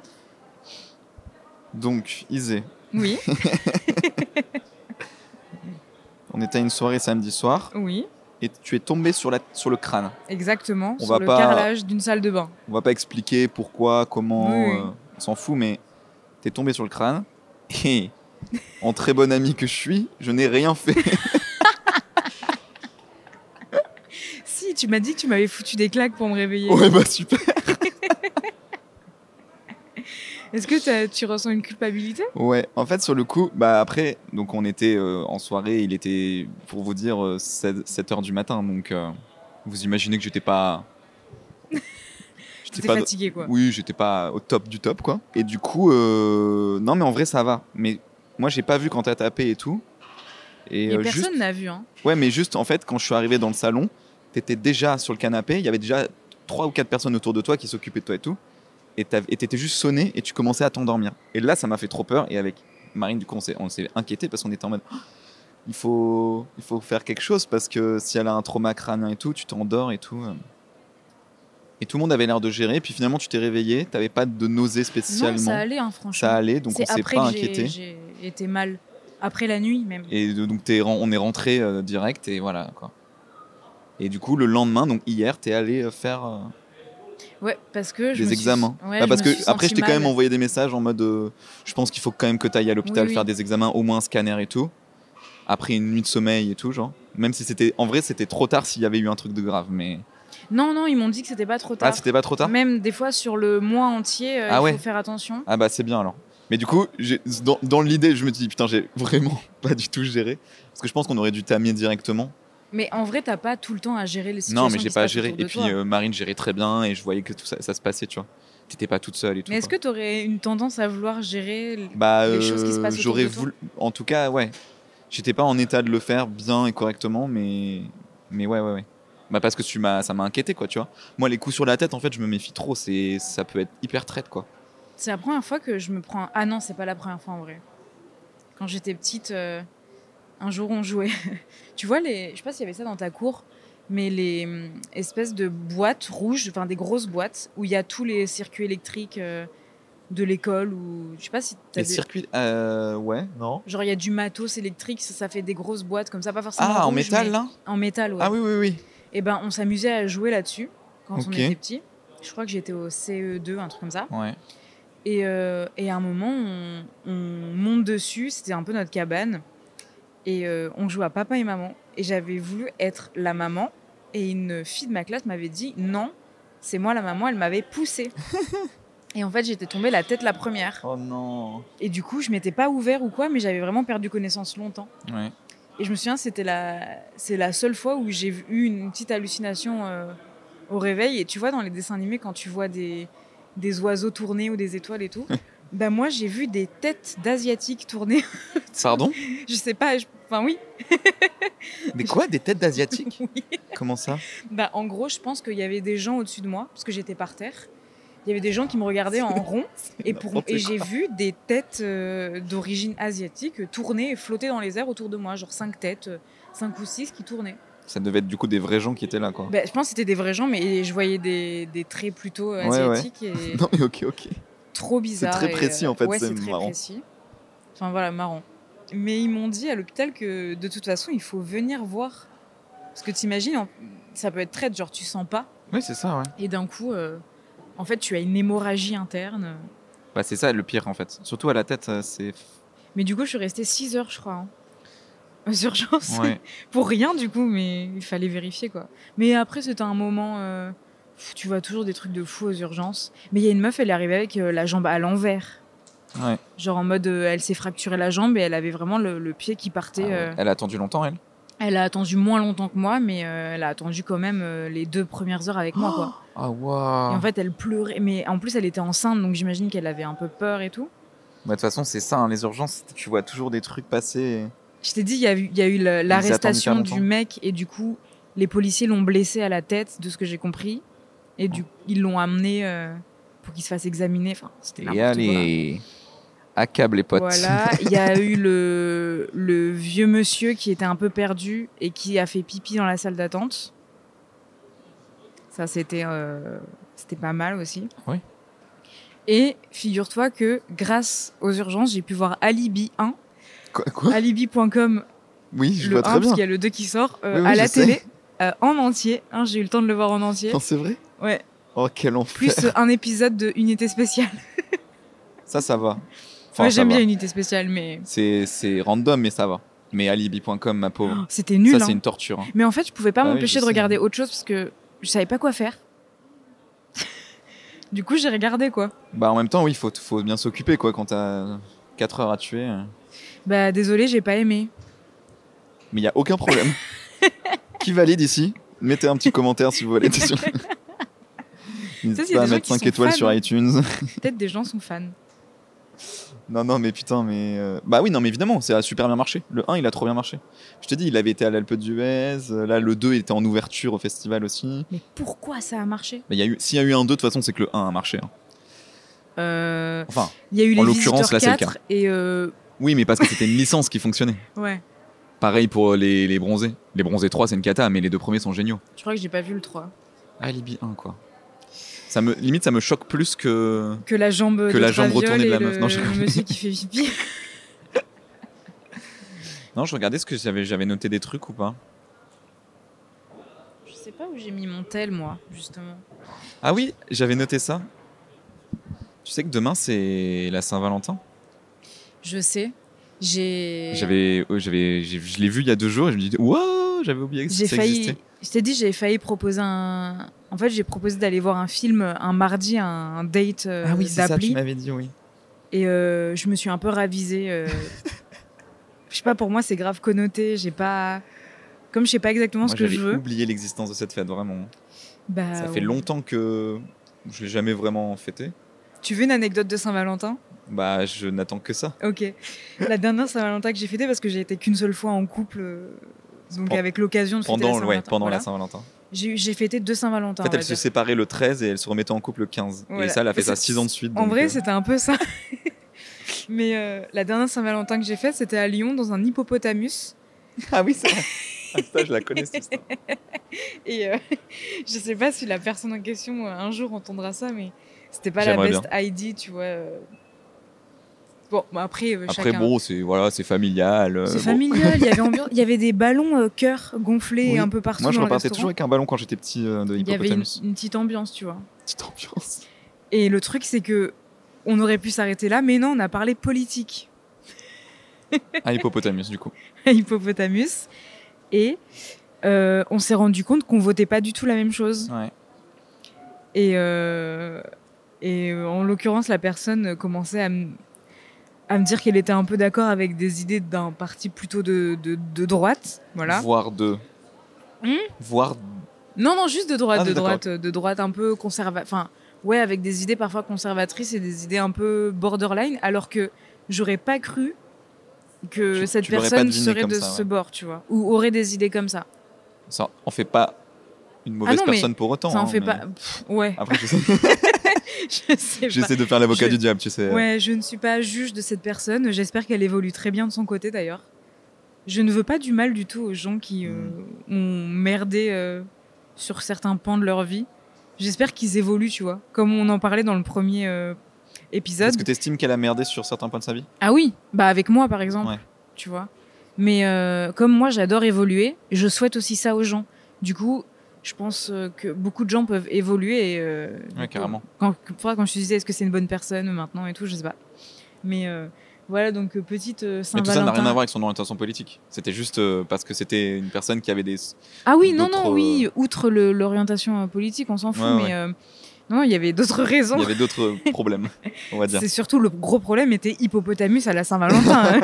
Donc, Isée, Oui, on était à une soirée samedi soir oui, et tu es tombé sur, la, sur le crâne. exactement. On sur va le pas- carrelage d'une salle de bain. On va pas expliquer pourquoi, comment, Oui, oui. euh, on s'en fout, mais t'es tombé sur le crâne et en très bon ami que je suis, je n'ai rien fait. Si, tu m'as dit que tu m'avais foutu des claques pour me réveiller. ouais, bah super. Est-ce que t'as- tu ressens une culpabilité Ouais, en fait, sur le coup, bah après, donc on était euh, en soirée, il était, pour vous dire, euh, 7h du matin, donc euh, vous imaginez que j'étais pas. T'es pas- fatigué, quoi. Oui, j'étais pas au top du top, quoi. Et du coup, euh, non, mais en vrai, ça va. Mais moi, j'ai pas vu quand t'as tapé et tout. Et, Et euh, juste- personne n'a vu, hein. Ouais, mais juste en fait, quand je suis arrivé dans le salon, t'étais déjà sur le canapé, il y avait déjà trois ou quatre personnes autour de toi qui s'occupaient de toi et tout. Et t'av- et t'étais juste sonné et tu commençais à t'endormir. Et là, ça m'a fait trop peur. Et avec Marine, du coup, on s'est- on s'est inquiété parce qu'on était en mode Oh, il faut, il faut faire quelque chose parce que si elle a un trauma crânien et tout, tu t'endors et tout. euh. Et tout le monde avait l'air de gérer. Puis finalement, tu t'es réveillé, t'avais pas de nausée spécialement. Non, ça allait, hein, Ça franchement. allait, donc on C'est s'est après pas que j'ai- inquiété. j'ai été mal. Après la nuit, même. Et de- donc t'es ren- on est rentré euh, direct et voilà quoi. Et du coup le lendemain, donc hier, t'es allé euh, faire euh, Ouais, parce que je. me des suis- examens. Ouais, Ah, je parce me que suis sentie après je t'ai quand même mal. envoyé des messages en mode, euh, je pense qu'il faut quand même que t'ailles à l'hôpital Oui, oui. faire des examens, au moins un scanner et tout. Après une nuit de sommeil et tout genre. Même si c'était, en vrai c'était trop tard s'il y avait eu un truc de grave, mais Non, non, ils m'ont dit que c'était pas trop ah tard. c'était pas trop tard. même des fois sur le mois entier, euh, Ah il ouais. faut faire attention. Ah bah c'est bien alors. Mais du coup, j'ai- dans, dans l'idée, je me dis putain, j'ai vraiment pas du tout géré parce que je pense qu'on aurait dû tamer directement. Mais en vrai, t'as pas tout le temps à gérer les situations. Non, mais j'ai qui se pas passent géré. autour Et de puis toi. euh, Marine gérait très bien et je voyais que tout ça, ça se passait, tu vois. T'étais pas toute seule et tout. Mais est-ce quoi. que tu aurais une tendance à vouloir gérer l- bah, les choses qui se passent autour j'aurais de toi voulu. En tout cas, ouais. J'étais pas en état de le faire bien et correctement, mais mais ouais, ouais, ouais. Bah parce que tu m'as, ça m'a inquiété, quoi, tu vois. Moi, les coups sur la tête, en fait, je me méfie trop. C'est, ça peut être hyper traite, quoi. C'est la première fois que je me prends. un- Ah non, c'est pas la première fois en vrai. Quand j'étais petite, euh, un jour on jouait. tu vois, les... je sais pas s'il y avait ça dans ta cour, mais les hum, espèces de boîtes rouges, enfin des grosses boîtes, où il y a tous les circuits électriques euh, de l'école ou. Je sais pas si t'as Les des- circuits, euh, ouais, non. Genre, il y a du matos électrique, ça, ça fait des grosses boîtes comme ça, pas forcément. Ah, en rouges, métal, mais là. En métal, ouais. Ah oui, oui, oui. Et ben, on s'amusait à jouer là-dessus quand on Ok. était petit. Je crois que j'étais au CE2, un truc comme ça. Ouais. Et, euh, et à un moment, on, on monte dessus, c'était un peu notre cabane. Et euh, on joue à papa et maman. Et j'avais voulu être la maman. Et une fille de ma classe m'avait dit non, c'est moi la maman, elle m'avait poussée. et en fait, j'étais tombée la tête la première. Oh non. Et du coup, je m'étais pas ouvert ou quoi, mais j'avais vraiment perdu connaissance longtemps. Ouais. Et je me souviens, c'était la, c'est la seule fois où j'ai eu une petite hallucination euh, au réveil. Et tu vois, dans les dessins animés, quand tu vois des, des oiseaux tourner ou des étoiles et tout, bah moi, j'ai vu des têtes d'asiatiques tourner. Pardon. je sais pas, je- enfin oui. Des quoi Des têtes d'asiatiques oui. Comment ça Bah, en gros, je pense qu'il y avait des gens au-dessus de moi, parce que j'étais par terre. Il y avait des gens qui me regardaient en rond et, pour, n'importe et j'ai quoi. vu des têtes euh, d'origine asiatique euh, tourner et flotter dans les airs autour de moi, genre cinq têtes, euh, cinq ou six qui tournaient. Ça devait être du coup des vrais gens qui étaient là, quoi. Ben, je pense que c'était des vrais gens, mais je voyais des, des traits plutôt euh, Ouais, ouais. asiatiques et Non, mais ok, ok. trop bizarre. très et, euh, précis, en fait, ouais, c'est c'est très marrant. précis. Enfin voilà, marrant. Mais ils m'ont dit à l'hôpital que de toute façon, il faut venir voir. Parce que t'imagines, en- ça peut être traite, genre tu sens pas, Oui, c'est ça, ouais. et d'un coup, euh, en fait, tu as une hémorragie interne. Bah, c'est ça le pire en fait. Surtout à la tête, euh, c'est. Mais du coup, je suis restée 6 heures, je crois. hein, aux urgences. Ouais. Pour rien, du coup, mais il fallait vérifier, quoi. Mais après, c'était un moment. euh, pff, tu vois toujours des trucs de fou aux urgences. Mais il y a une meuf, elle est arrivée avec euh, la jambe à l'envers. Ouais. Genre en mode, euh, elle s'est fracturée la jambe et elle avait vraiment le, le pied qui partait. Ah ouais. euh. Elle a attendu longtemps, elle Elle a attendu moins longtemps que moi, mais euh, elle a attendu quand même euh, les deux premières heures avec moi, quoi. Ah, Et waouh en fait, elle pleurait. Mais en plus, elle était enceinte, donc j'imagine qu'elle avait un peu peur et tout. Bah, De toute façon, c'est ça, hein, les urgences, tu vois toujours des trucs passer. Je t'ai dit, il y a eu, il y a eu la- l'arrestation attendent hyper du mec et du coup, les policiers l'ont blessé à la tête, de ce que j'ai compris. Et du, ils l'ont amené euh, pour qu'il se fasse examiner. Enfin, c'était Et, n'importe et allez Accable les quoi. potes. Voilà, il y a eu le, le vieux monsieur qui était un peu perdu et qui a fait pipi dans la salle d'attente. Ça, c'était euh, c'était pas mal aussi. Ouais. Et figure-toi que grâce aux urgences, j'ai pu voir Alibi 1, Quoi, quoi alibi.com Oui, je le vois 1, très bien. parce qu'il y a le 2 qui sort euh, Oui, oui, à je la sais. télé euh, en entier. Hein, J'ai eu le temps de le voir en entier. Non, c'est vrai Ouais. Oh, quel enfer. Plus euh, un épisode de Unité spéciale. Ça, ça va. Enfin, Moi ça j'aime va. bien Unité spéciale, mais C'est, c'est random, mais ça va. Mais alibi.com, ma pauvre. c'était nul. ça, c'est hein. une torture. hein. Mais en fait, je pouvais pas Bah oui, m'empêcher je de sais. regarder autre chose parce que je savais pas quoi faire. du coup, j'ai regardé quoi. Bah, en même temps, oui, faut, faut bien s'occuper, quoi, quand t'as 4 heures à tuer. euh. Bah désolé, j'ai pas aimé. Mais il n'y a aucun problème. Qui valide ici Mettez un petit commentaire si vous voulez. Tu sais, N'hésitez il y a pas à des gens mettre qui 5 sont étoiles fans. hein. sur iTunes. Peut-être des gens sont fans. non, non, mais putain, mais. euh, Bah oui, non, mais évidemment, ça a super bien marché. Le 1, il a trop bien marché. Je te dis, il avait été à l'Alpe d'Huez. euh, Là, le 2, il était en ouverture au festival aussi. Mais pourquoi ça a marché Bah, il y a eu... S'il y a eu un 2, de toute façon, c'est que le 1 a marché. hein. Euh, Enfin, Il y a eu En les l'occurrence, visiteurs là, c'est le 4 et euh, oui, mais parce que c'était une licence qui fonctionnait. ouais. Pareil pour euh, les, les bronzés. Les bronzés 3, c'est une cata, mais les deux premiers sont géniaux. Je crois que j'ai pas vu le 3. Alibi 1, quoi. Ça me, limite, ça me choque plus que. Que la jambe Que de la jambe Traviole retournée de la et meuf. le- Non, je- le monsieur qui fait pipi. Non, je regardais ce que j'avais, j'avais noté des trucs ou pas. Je sais pas où j'ai mis mon tel, moi, justement. Ah oui, j'avais noté ça. Tu sais que demain c'est la Saint-Valentin. Je sais. J'ai. J'avais, oh, j'avais, j'ai- je l'ai vu il y a deux jours et je me dis, waouh, j'avais oublié que J'ai ça failli. existait. Je t'ai dit, j'ai failli proposer un. En fait, j'ai proposé d'aller voir un film un mardi, un, un date euh, ah oui, c'est ça, d'appli. tu m'avais dit, oui. et euh, je me suis un peu ravisée. euh. je sais pas, pour moi, c'est grave connoté. J'ai pas. Comme je sais pas exactement Moi, ce que j'avais je veux. oublié l'existence de cette fête, vraiment. bah, ça ouais. fait longtemps que je l'ai jamais vraiment fêté. Tu veux une anecdote de Saint-Valentin Bah, je n'attends que ça. Ok. La dernière Saint-Valentin que j'ai fêtée, parce que j'ai été qu'une seule fois en couple. euh, Donc, Pen- avec l'occasion de fêter la Pendant, ouais, Saint-Valentin. pendant Voilà. la Saint-Valentin. J'ai j'ai fêté deux Saint-Valentin. En fait, on va elle se dire. séparait le 13 et elle se remettait en couple le 15. Et Voilà. ça, elle a fait Et ça c'est- 6 ans de suite. En donc, vrai, euh, c'était un peu ça. Mais euh, la dernière Saint-Valentin que j'ai faite, c'était à Lyon dans un hippopotamus. Ah oui, ça. Ah, ça, je la connais, cette histoire. Et euh, je sais pas si la personne en question euh, un jour entendra ça, mais c'était pas la J'aimerais best ID, tu vois. euh. Bon, bah après, euh, Après, chacun. bon, c'est voilà, c'est familial. euh, C'est bon. familial, il y avait ambiance- il y avait des ballons euh, cœur gonflés Oui. un peu partout. Moi, je dans le repartais restaurant. toujours avec un ballon quand j'étais petit euh, de Il y avait une, hippopotamus. une petite ambiance, tu vois. Petite ambiance. Et le truc, c'est que on aurait pu s'arrêter là, mais non, on a parlé politique. Ah, hippopotamus, du coup. à Hippopotamus. Et euh, on s'est rendu compte qu'on votait pas du tout la même chose. Ouais. Et, euh, et euh, en l'occurrence, la personne commençait à me, à me dire qu'elle était un peu d'accord avec des idées d'un parti plutôt de, de, de droite. Voilà. Voire deux. Hmm Voire. Non, non, juste de droite, Ah, de d'accord. droite, euh, de droite un peu conservatrice. Enfin, ouais, avec des idées parfois conservatrices et des idées un peu borderline, alors que j'aurais pas cru que Tu- cette tu l'aurais pas personne deviné serait comme de ça, ce ouais. bord, tu vois, ou aurait des idées comme ça. Ça en fait pas une mauvaise Ah non, mais personne pour autant. ça en hein, fait mais- pas. Pff, ouais. Après, je sais. je sais pas. J'essaie de faire l'avocat Je- du diable, tu sais. Ouais, je ne suis pas juge de cette personne. J'espère qu'elle évolue très bien de son côté d'ailleurs. Je ne veux pas du mal du tout aux gens qui euh, ont merdé euh, sur certains pans de leur vie. J'espère qu'ils évoluent, tu vois. Comme on en parlait dans le premier euh, épisode. Est-ce que t'estimes qu'elle a merdé sur certains points de sa vie Ah oui, bah avec moi par exemple, Ouais. tu vois. Mais euh, comme moi j'adore évoluer, je souhaite aussi ça aux gens. Du coup, je pense euh, que beaucoup de gens peuvent évoluer. Et, euh, du Ouais, coup, carrément. Quand, quand quand je te disais est-ce que c'est une bonne personne maintenant et tout, je sais pas. Mais euh, voilà donc euh, petite euh, Mais tout ça n'a Saint-Valentin. rien à voir avec son orientation politique. C'était juste euh, parce que c'était une personne qui avait des. Ah oui, non, d'autres, euh, non, oui, outre le- l'orientation euh, politique, on s'en fout, Ouais, mais ouais. euh, non, il y avait d'autres raisons. Il y avait d'autres problèmes, on va dire. C'est surtout le gros problème était Hippopotamus à la Saint-Valentin, hein.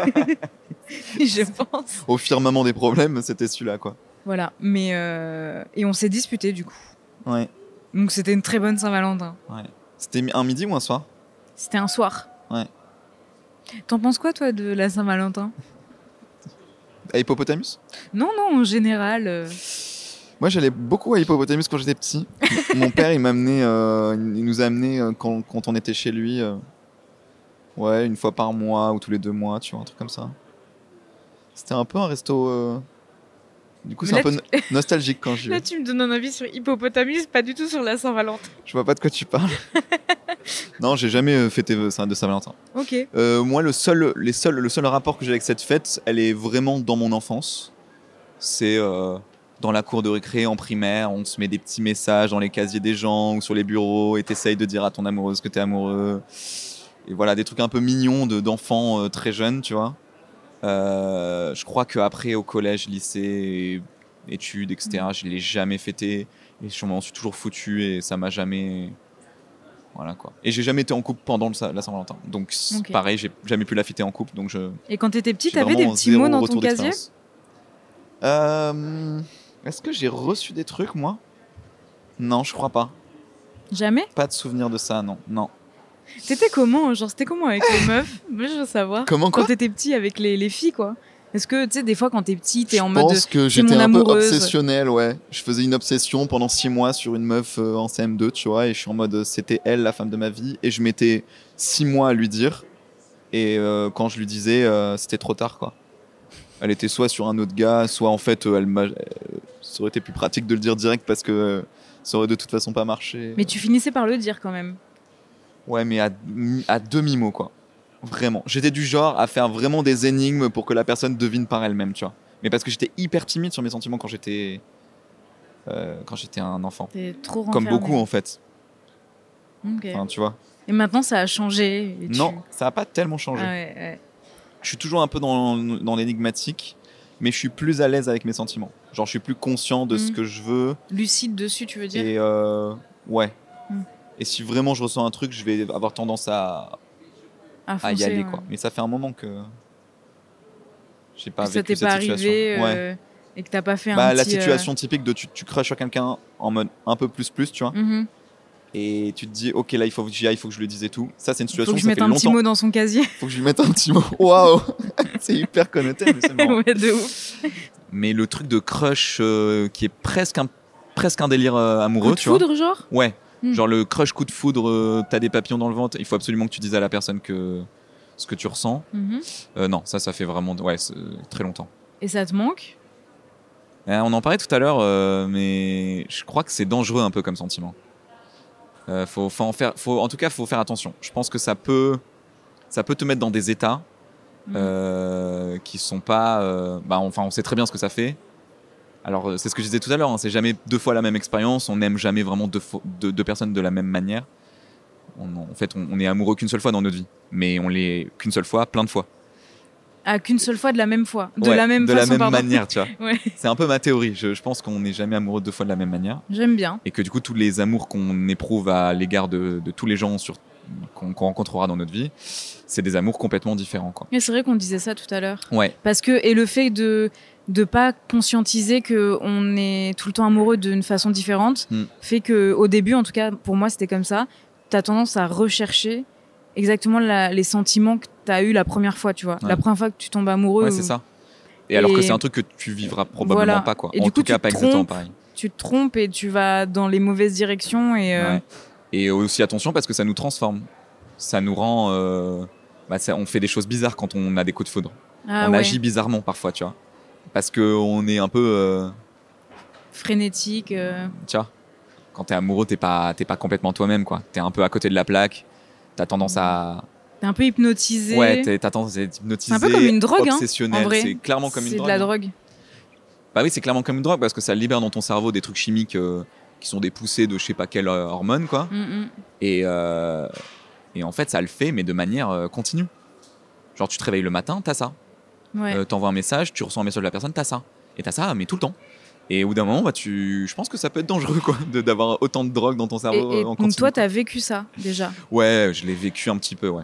je pense. Au firmament des problèmes, c'était celui-là, quoi. Voilà, mais euh, et on s'est disputé du coup. Ouais. Donc c'était une très bonne Saint-Valentin. C'était mi- un midi ou un soir C'était un soir. Ouais. T'en penses quoi toi de la Saint-Valentin À Hippopotamus Non, non, en général. euh, Moi, j'allais beaucoup à Hippopotamus quand j'étais petit. M- Mon père, il m'a amené, euh, il nous a amené euh, quand, quand on était chez lui. euh, ouais, une fois par mois ou tous les deux mois, tu vois, un truc comme ça. C'était un peu un resto. euh, Du coup, Mais c'est un là, peu no- nostalgique quand j'y Là vais. tu me donnes un avis sur Hippopotamus, pas du tout sur la Saint-Valentin. Je vois pas de quoi tu parles. non, j'ai jamais euh, fêté euh, ça de Saint-Valentin. Ok. Euh, moi, le seul, les seuls, le seul rapport que j'ai avec cette fête, elle est vraiment dans mon enfance. C'est euh, dans la cour de récré en primaire, on se met des petits messages dans les casiers des gens ou sur les bureaux et t'essayes de dire à ton amoureuse que t'es amoureux. Et voilà, des trucs un peu mignons de- d'enfants euh, très jeunes, tu vois. Euh, je crois qu'après, au collège, lycée, études, etc., je l'ai jamais fêté. Et je m'en suis toujours foutu et ça m'a jamais. Voilà quoi. Et j'ai jamais été en couple pendant le Sa- la Saint-Valentin. Donc c'est Ok. pareil, j'ai jamais pu la fêter en couple. Donc je. Et quand t'étais petit, j'ai t'avais des vraiment petits zéro mots dans ton retour casier d'expérience. Euh, Est-ce que j'ai reçu des trucs moi Non, je crois pas. Jamais Pas de souvenir de ça, non. Non. T'étais comment Genre c'était comment avec les meufs Moi je veux savoir. Comment Quand t'étais petit avec les, les filles quoi. Est-ce que tu sais des fois quand t'es petit t'es en je mode pense que c'est j'étais mon un peu amoureuse. obsessionnel, ouais. Je faisais une obsession pendant six mois sur une meuf euh, en CM2, tu vois, et je suis en mode euh, c'était elle la femme de ma vie, et je mettais six mois à lui dire, et euh, quand je lui disais, euh, c'était trop tard, quoi. Elle était soit sur un autre gars, soit en fait, euh, elle m'a. euh, ça aurait été plus pratique de le dire direct parce que euh, ça aurait de toute façon pas marché. Mais tu finissais par le dire quand même. Ouais, mais à, mi- à demi-mot, quoi. Vraiment. J'étais du genre à faire vraiment des énigmes pour que la personne devine par elle-même, tu vois. Mais parce que j'étais hyper timide sur mes sentiments quand j'étais. euh, quand j'étais un enfant. T'es trop Comme renfermé. beaucoup, en fait. Ok. Enfin, tu vois. Et maintenant ça a changé. et tu- Non, ça n'a pas tellement changé. Ah ouais, ouais. Je suis toujours un peu dans, dans l'énigmatique, mais je suis plus à l'aise avec mes sentiments. Genre, je suis plus conscient de ce Mm. que je veux. Lucide dessus tu veux dire Et euh, ouais. Mm. Et si vraiment je ressens un truc, je vais avoir tendance à, à à ah, y foncer, aller ouais. quoi. Mais ça fait un moment que j'ai pas Que ça vécu t'est cette pas situation. arrivé Ouais. euh, et que t'as pas fait un Bah, la petit, euh, situation typique de tu, tu crushes sur quelqu'un en mode un peu plus plus, tu vois, mhm. et tu te dis ok là il faut que j'y aille, il faut que je le dise et tout. Ça c'est une Faut situation que je ça fait mette un petit longtemps. mot dans son casier. Faut que je lui mette un petit mot. Waouh, c'est hyper connoté. Mais, c'est marrant. ouais, de ouf. mais le truc de crush euh, qui est presque un presque un délire euh, amoureux, Coup de tu vois. foudre, genre Ouais. Hmm. Genre le crush coup de foudre, euh, t'as des papillons dans le ventre, il faut absolument que tu dises à la personne que ce que tu ressens. Mhm. Euh, non, ça, ça fait vraiment ouais, c'est, euh, très longtemps. Et ça te manque Euh, on en parlait tout à l'heure, euh, mais je crois que c'est dangereux un peu comme sentiment. Euh, faut, faut en faire, faut, en tout cas, faut faire attention. Je pense que ça peut, ça peut te mettre dans des états Mhm. euh, qui sont pas, euh, bah, enfin, on sait très bien ce que ça fait. Alors, euh, c'est ce que je disais tout à l'heure. hein, c'est jamais deux fois la même expérience. On n'aime jamais vraiment deux, fo- deux, deux personnes de la même manière. On- en fait, on, on est amoureux qu'une seule fois dans notre vie, mais on l'est qu'une seule fois, plein de fois. Ah, qu'une seule fois de la même fois. De Ouais, la même de façon, la même pardon. manière, tu vois. Ouais. C'est un peu ma théorie. Je, je pense qu'on n'est jamais amoureux deux fois de la même manière. J'aime bien. Et que du coup, tous les amours qu'on éprouve à l'égard de, de tous les gens sur qu'on qu'on rencontrera dans notre vie, c'est des amours complètement différents. Quoi. Mais c'est vrai qu'on disait ça tout à l'heure. Ouais, Parce que, et le fait de de pas conscientiser que on est tout le temps amoureux d'une façon différente Mm. fait que au début en tout cas pour moi c'était comme ça tu as tendance à rechercher exactement la- les sentiments que tu as eu la première fois tu vois Ouais. la première fois que tu tombes amoureux ouais ou- c'est ça. Et, alors que Et- c'est un truc que tu vivras probablement Voilà. pas. Quoi. Et en du tout coup, cas, tu pas te exactement trompes. pareil. tu te trompes et tu vas dans les mauvaises directions et euh, Ouais. Et aussi attention parce que ça nous transforme. Ça nous rend. euh, bah, ça- on fait des choses bizarres quand on a des coups de foudre. Ah on ouais. agit bizarrement parfois, tu vois. Parce qu'on est un peu. euh, Frénétique. euh, tu vois, quand t'es amoureux, t'es pas, t'es pas complètement toi-même, quoi. T'es un peu à côté de la plaque. T'as tendance à. T'es un peu hypnotisé. Ouais, t'es- t'as tendance à être hypnotisé. C'est un peu comme une drogue, hein, en Obsessionnel. vrai. c'est clairement comme une C'est drogue. de la drogue. Bah oui, c'est clairement comme une drogue parce que ça libère dans ton cerveau des trucs chimiques euh, qui sont des poussées de je sais pas quelle euh, hormone, quoi. Mm, mm. Et, euh, et en fait, ça le fait, mais de manière euh, continue. Genre, tu te réveilles le matin, t'as ça. mm. Ouais. Euh, T'envoies un message, tu reçois un message de la personne, t'as ça. Et t'as ça, mais tout le temps. Et au bout d'un moment, bah, tu... je pense que ça peut être dangereux quoi, de- d'avoir autant de drogue dans ton Et, cerveau et euh, en continu. donc toi, t'as vécu ça déjà. Ouais, je l'ai vécu un petit peu, ouais.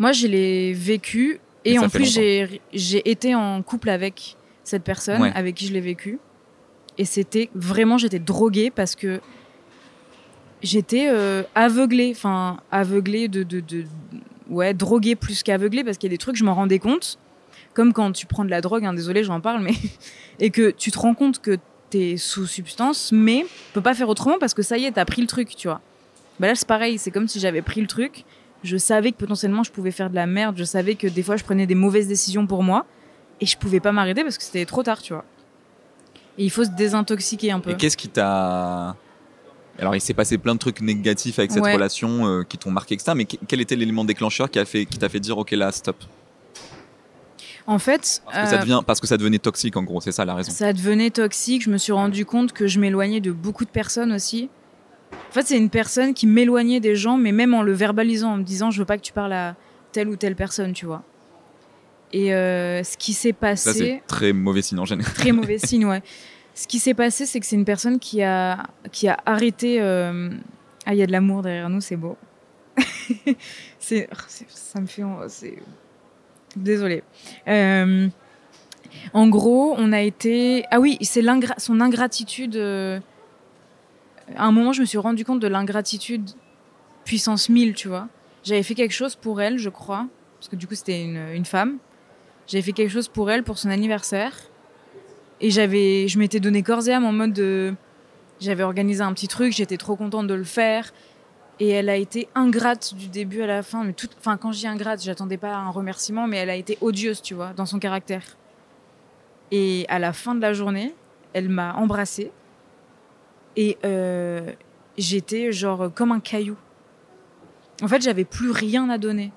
Moi, je l'ai vécu Mais et ça en fait plus, j'ai j'ai été en couple avec cette personne Ouais. avec qui je l'ai vécu. Et c'était vraiment, j'étais droguée parce que j'étais euh, aveuglée, enfin aveuglée de, de, de- ouais, droguée plus qu'aveuglée parce qu'il y a des trucs, je m'en rendais compte. Comme quand tu prends de la drogue, hein, désolé, j'en parle, mais et que tu te rends compte que t'es sous substance, mais tu peux pas faire autrement parce que ça y est, t'as pris le truc, tu vois. Bah là, c'est pareil, c'est comme si j'avais pris le truc. Je savais que potentiellement je pouvais faire de la merde, je savais que des fois je prenais des mauvaises décisions pour moi et je pouvais pas m'arrêter parce que c'était trop tard, tu vois. Et il faut se désintoxiquer un peu. Et qu'est-ce qui t'a. Alors, il s'est passé plein de trucs négatifs avec cette Ouais. relation euh, qui t'ont marqué, etc. Mais que- quel était l'élément déclencheur qui a fait- qui t'a fait dire, ok, là, stop En fait, Parce que, ça euh, devient, parce que ça devenait toxique, en gros, c'est ça la raison. ça devenait toxique. Je me suis rendu compte que je m'éloignais de beaucoup de personnes aussi. En fait, c'est une personne qui m'éloignait des gens, mais même en le verbalisant, en me disant je veux pas que tu parles à telle ou telle personne, tu vois. Et euh, ce qui s'est Ça, passé. c'est très mauvais signe en général. très mauvais signe, ouais. Ce qui s'est passé, c'est que c'est une personne qui a, qui a arrêté. euh, Ah, il y a de l'amour derrière nous, c'est beau. c'est, oh, c'est- ça me fait. C'est... Désolée. Euh, En gros, on a été. Ah oui, c'est l'ingra- son ingratitude. euh, À un moment, je me suis rendu compte de l'ingratitude puissance 1000, tu vois. J'avais fait quelque chose pour elle, je crois, parce que du coup, c'était une, une femme. J'avais fait quelque chose pour elle pour son anniversaire. Et j'avais, je m'étais donné corps et âme en mode de- J'avais organisé un petit truc, j'étais trop contente de le faire. Et elle a été ingrate du début à la fin. Mais tout, enfin, quand je dis ingrate, j'attendais pas un remerciement, mais elle a été odieuse, tu vois, dans son caractère. Et à la fin de la journée, elle m'a embrassée. Et euh, j'étais genre comme un caillou. En fait, j'avais plus rien à donner.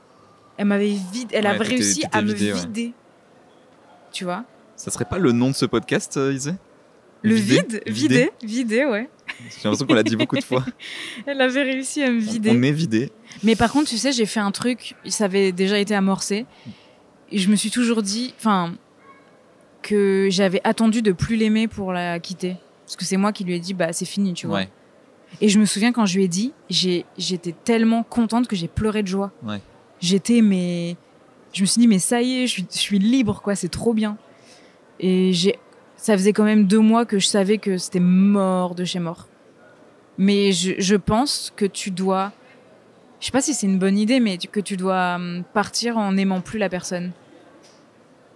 Elle m'avait vide, elle Ouais, avait t'étais- réussi t'étais à me vidée, ouais. vider. Tu vois Ça serait pas le nom de ce podcast, euh, Isée le Vider vide, Vider vidé, vidé, ouais. J'ai l'impression qu'on l'a dit beaucoup de fois. Elle avait réussi à me vider. On est vidé. Mais par contre, tu sais, j'ai fait un truc, ça avait déjà été amorcé, et je me suis toujours dit, enfin, que j'avais attendu de plus l'aimer pour la quitter. Parce que c'est moi qui lui ai dit, bah c'est fini, tu vois. Ouais. Et je me souviens quand je lui ai dit, j'ai- j'étais tellement contente que j'ai pleuré de joie. Ouais. J'étais, mais. Je me suis dit, mais ça y est, je suis, je suis libre, quoi, c'est trop bien. Et j'ai. Ça faisait quand même deux mois que je savais que c'était mort de chez mort. Mais je, je pense que tu dois. Je sais pas si c'est une bonne idée, mais tu- que tu dois hum, partir en n'aimant plus la personne.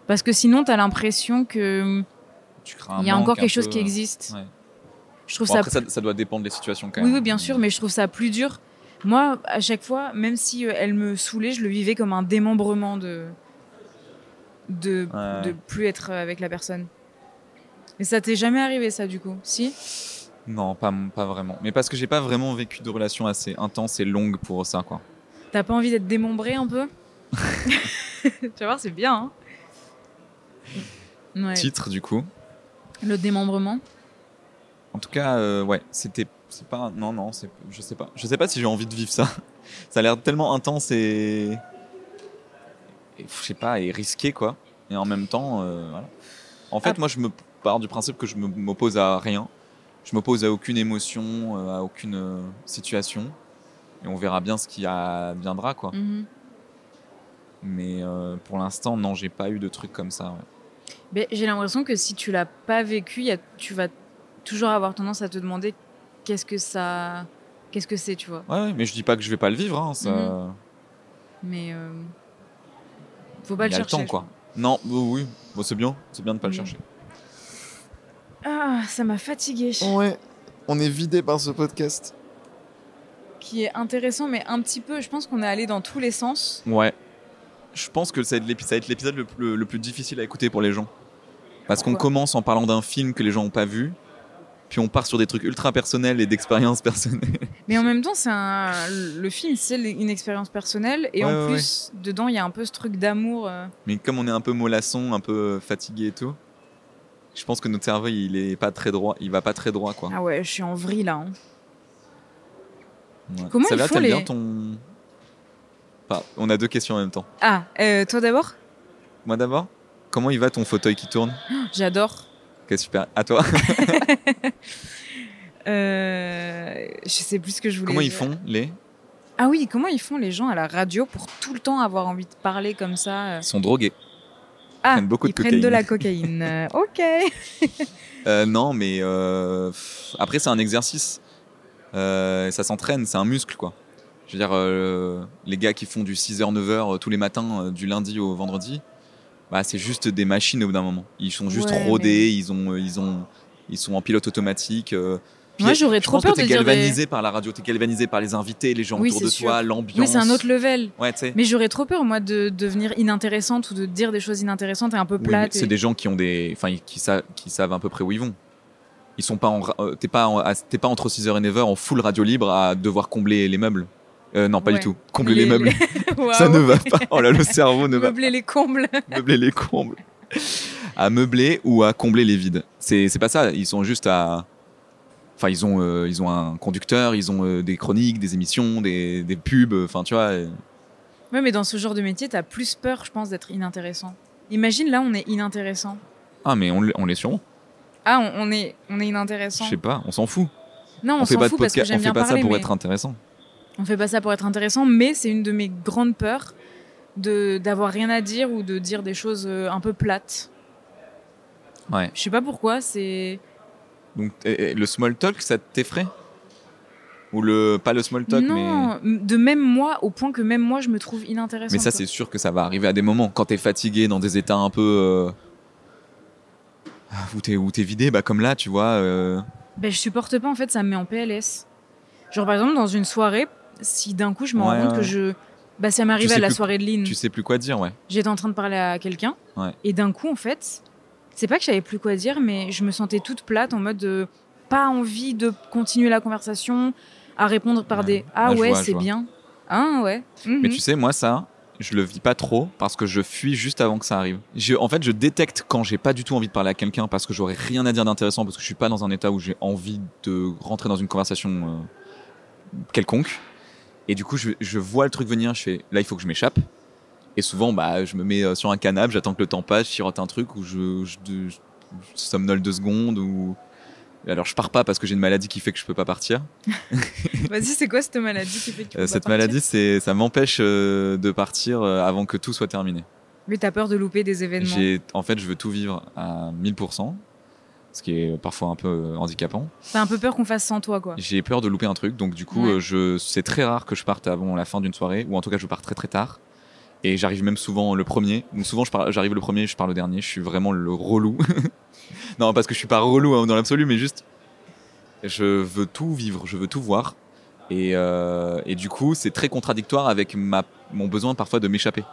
Parce que sinon, t'as l'impression que hum, Tu crains un il y a encore manque un quelque chose peu, qui euh. existe. ouais. Je trouve Bon, ça après, ça, ça doit dépendre des situations quand oui, même. oui, bien sûr, mais je trouve ça plus dur. Moi, à chaque fois, même si euh, elle me saoulait, je le vivais comme un démembrement de de, Ouais. de plus être avec la personne. Mais ça t'est jamais arrivé, ça, du coup Si Non, pas, pas vraiment. Mais parce que j'ai pas vraiment vécu de relation assez intense et longue pour ça, quoi. T'as pas envie d'être démembré un peu Tu vas voir, c'est bien. hein. Ouais. Titre, du coup. Le démembrement. En tout cas, euh, ouais, c'était, c'est pas, non, non, c'est, je sais pas, je sais pas si j'ai envie de vivre ça. Ça a l'air tellement intense et, et je sais pas, et risqué quoi. Et en même temps, euh, voilà. En fait, Ah. moi, je me pars du principe que je me- m'oppose à rien. Je m'oppose à aucune émotion, euh, à aucune euh, situation, et on verra bien ce qui adviendra quoi. Mhm. Mais euh, pour l'instant, non, j'ai pas eu de trucs comme ça. ouais. Mais j'ai l'impression que si tu l'as pas vécu, il y a- tu vas toujours avoir tendance à te demander qu'est-ce que ça. Qu'est-ce que c'est, tu vois Ouais, ouais, mais je dis pas que je vais pas le vivre. Hein, ça... Mhm. Mais euh, faut pas Il y le a le chercher. temps, je quoi. crois. Non, oui, oui. Bon, c'est bien, c'est bien de pas le Mhm. chercher. Ah, ça m'a fatigué. Oh. Ouais, on est vidé par ce podcast. qui est intéressant, mais un petit peu, je pense qu'on est allé dans tous les sens. Ouais. Je pense que ça va être l'épi- ça va être l'épisode le, plus- le plus difficile à écouter pour les gens. Parce qu'on Pourquoi commence en parlant d'un film que les gens n'ont pas vu, puis on part sur des trucs ultra personnels et d'expériences personnelles. Mais en même temps, c'est un... le film, c'est l- une expérience personnelle. Et Ouais, en ouais, Oh. plus, dedans, il y a un peu ce truc d'amour. euh, Mais comme on est un peu mollasson, un peu euh, fatigué et tout, je pense que notre cerveau, il est pas très droit, il va pas très droit quoi. Ah ouais, je suis en vrille là. hein. Ouais. Comment Ça ils va, font t'aimes les- bien ton. Enfin, on a deux questions en même temps. Ah, euh, toi d'abord Moi d'abord, comment il va ton fauteuil qui tourne J'adore. Ok, super. À toi. Euh, je sais plus ce que je voulais Comment ils dire. font les Ah oui, comment ils font les gens à la radio pour tout le temps avoir envie de parler comme ça euh. Ils sont drogués. Ah, prennent beaucoup de ils prennent de cocaïne. la cocaïne. Euh, ok. Euh, non, mais euh, pff, après, c'est un exercice. Euh, ça s'entraîne, c'est un muscle, quoi. Je veux dire, euh, les gars qui font du 6h, 9h euh, tous les matins, euh, du lundi au vendredi, bah, c'est juste des machines au bout d'un moment. Ils sont juste Ouais, rodés, ils, ont, euh, ils, ont, ils sont en pilote automatique. euh. Puis, Moi, j'aurais je trop pense peur que de t'es dire des- galvanisé par la radio, t'es galvanisé par les invités, les gens Oui, autour c'est de toi, l'ambiance. Oui, c'est un autre level. Ouais, tu sais. Mais j'aurais trop peur, moi, de devenir inintéressante ou de dire des choses inintéressantes et un peu Oui, mais plates. c'est et- des gens qui ont des, enfin, qui savent, qui savent à peu près où ils vont. Ils sont pas en, ra- euh, t'es pas, en- à- t'es pas entre 6h et 9h en full radio libre à devoir combler les meubles. Euh, non, pas Ouais. du tout. Combler les, Les- meubles, Waouh. ça ne va pas. Oh là, le cerveau ne va Meubler les combles. pas. Meubler les combles. À meubler ou à combler les vides. C'est, c'est pas ça. Ils sont juste à, enfin, ils ont, euh, ils ont un conducteur, ils ont euh, des chroniques, des émissions, des, des pubs. Enfin, tu vois. euh, Ouais, mais dans ce genre de métier, t'as plus peur, je pense, d'être inintéressant. Imagine, là, on est inintéressant. Ah, mais on, l'est- on les sûrement. Ah, on, on est, on est Je inintéressant. sais pas. On s'en fout. Non, on, fait s'en pas de fout parce que podcast. On j'aime fait bien pas parler. ça pour mais être intéressant. On fait pas ça pour être intéressant, mais c'est une de mes grandes peurs de d'avoir rien à dire ou de dire des choses euh, un peu plates. Ouais. Je sais pas pourquoi, c'est Donc et- et le small talk, ça t'effraie Ou le pas le small talk, mais non m- de même moi au point que même moi je me trouve inintéressante. mais ça c'est sûr que ça va arriver à des moments quand t'es fatigué dans des états un peu euh, où t'es où t'es vidé, bah comme là, tu vois. euh, Ben, je supporte pas en fait, ça me met en PLS. Genre par exemple dans une soirée, si d'un coup je me Ouais, rends compte ouais. que je bah ça m'est arrivé sais à la plus- soirée de Lynn, Tu sais plus quoi dire, ouais. j'étais en train de parler à quelqu'un Ouais. et d'un coup en fait, c'est pas que j'avais plus quoi dire mais je me sentais toute plate en mode euh, pas envie de continuer la conversation, à répondre par Ouais. des ah Ouais, je ouais, vois, je c'est vois. bien. Ah ouais. mhm. Mais tu sais, moi ça, je le vis pas trop parce que je fuis juste avant que ça arrive. Je- en fait, je détecte quand j'ai pas du tout envie de parler à quelqu'un parce que j'aurais rien à dire d'intéressant parce que je suis pas dans un état où j'ai envie de rentrer dans une conversation euh, quelconque. Et du coup, je, je vois le truc venir. Je fais là, il faut que je m'échappe. Et souvent, bah, je me mets euh, sur un canapé, j'attends que le temps passe, je sirote un truc ou je, je, je- je somnole deux secondes ou alors je pars pas parce que j'ai une maladie qui fait que je peux pas partir. Vas-y, c'est quoi cette maladie qui fait que tu peux Euh, pas cette partir maladie, c'est ça m'empêche euh, de partir euh, avant que tout soit terminé. Mais t'as peur de louper des événements. J'ai, en fait, je veux tout vivre à 1000%, ce qui est parfois un peu euh, handicapant. T'as un peu peur qu'on fasse sans toi quoi. J'ai peur de louper un truc, donc du coup, Ouais. euh, je, c'est très rare que je parte avant la fin d'une soirée, ou en tout cas, je pars très très tard. Et j'arrive même souvent le premier. Donc souvent, je pars- j'arrive le premier, je pars le dernier. Je suis vraiment le relou. non, parce que je suis pas relou hein, dans l'absolu, mais juste, je veux tout vivre, je veux tout voir. Et, euh, et du coup, c'est très contradictoire avec ma, mon besoin parfois de m'échapper.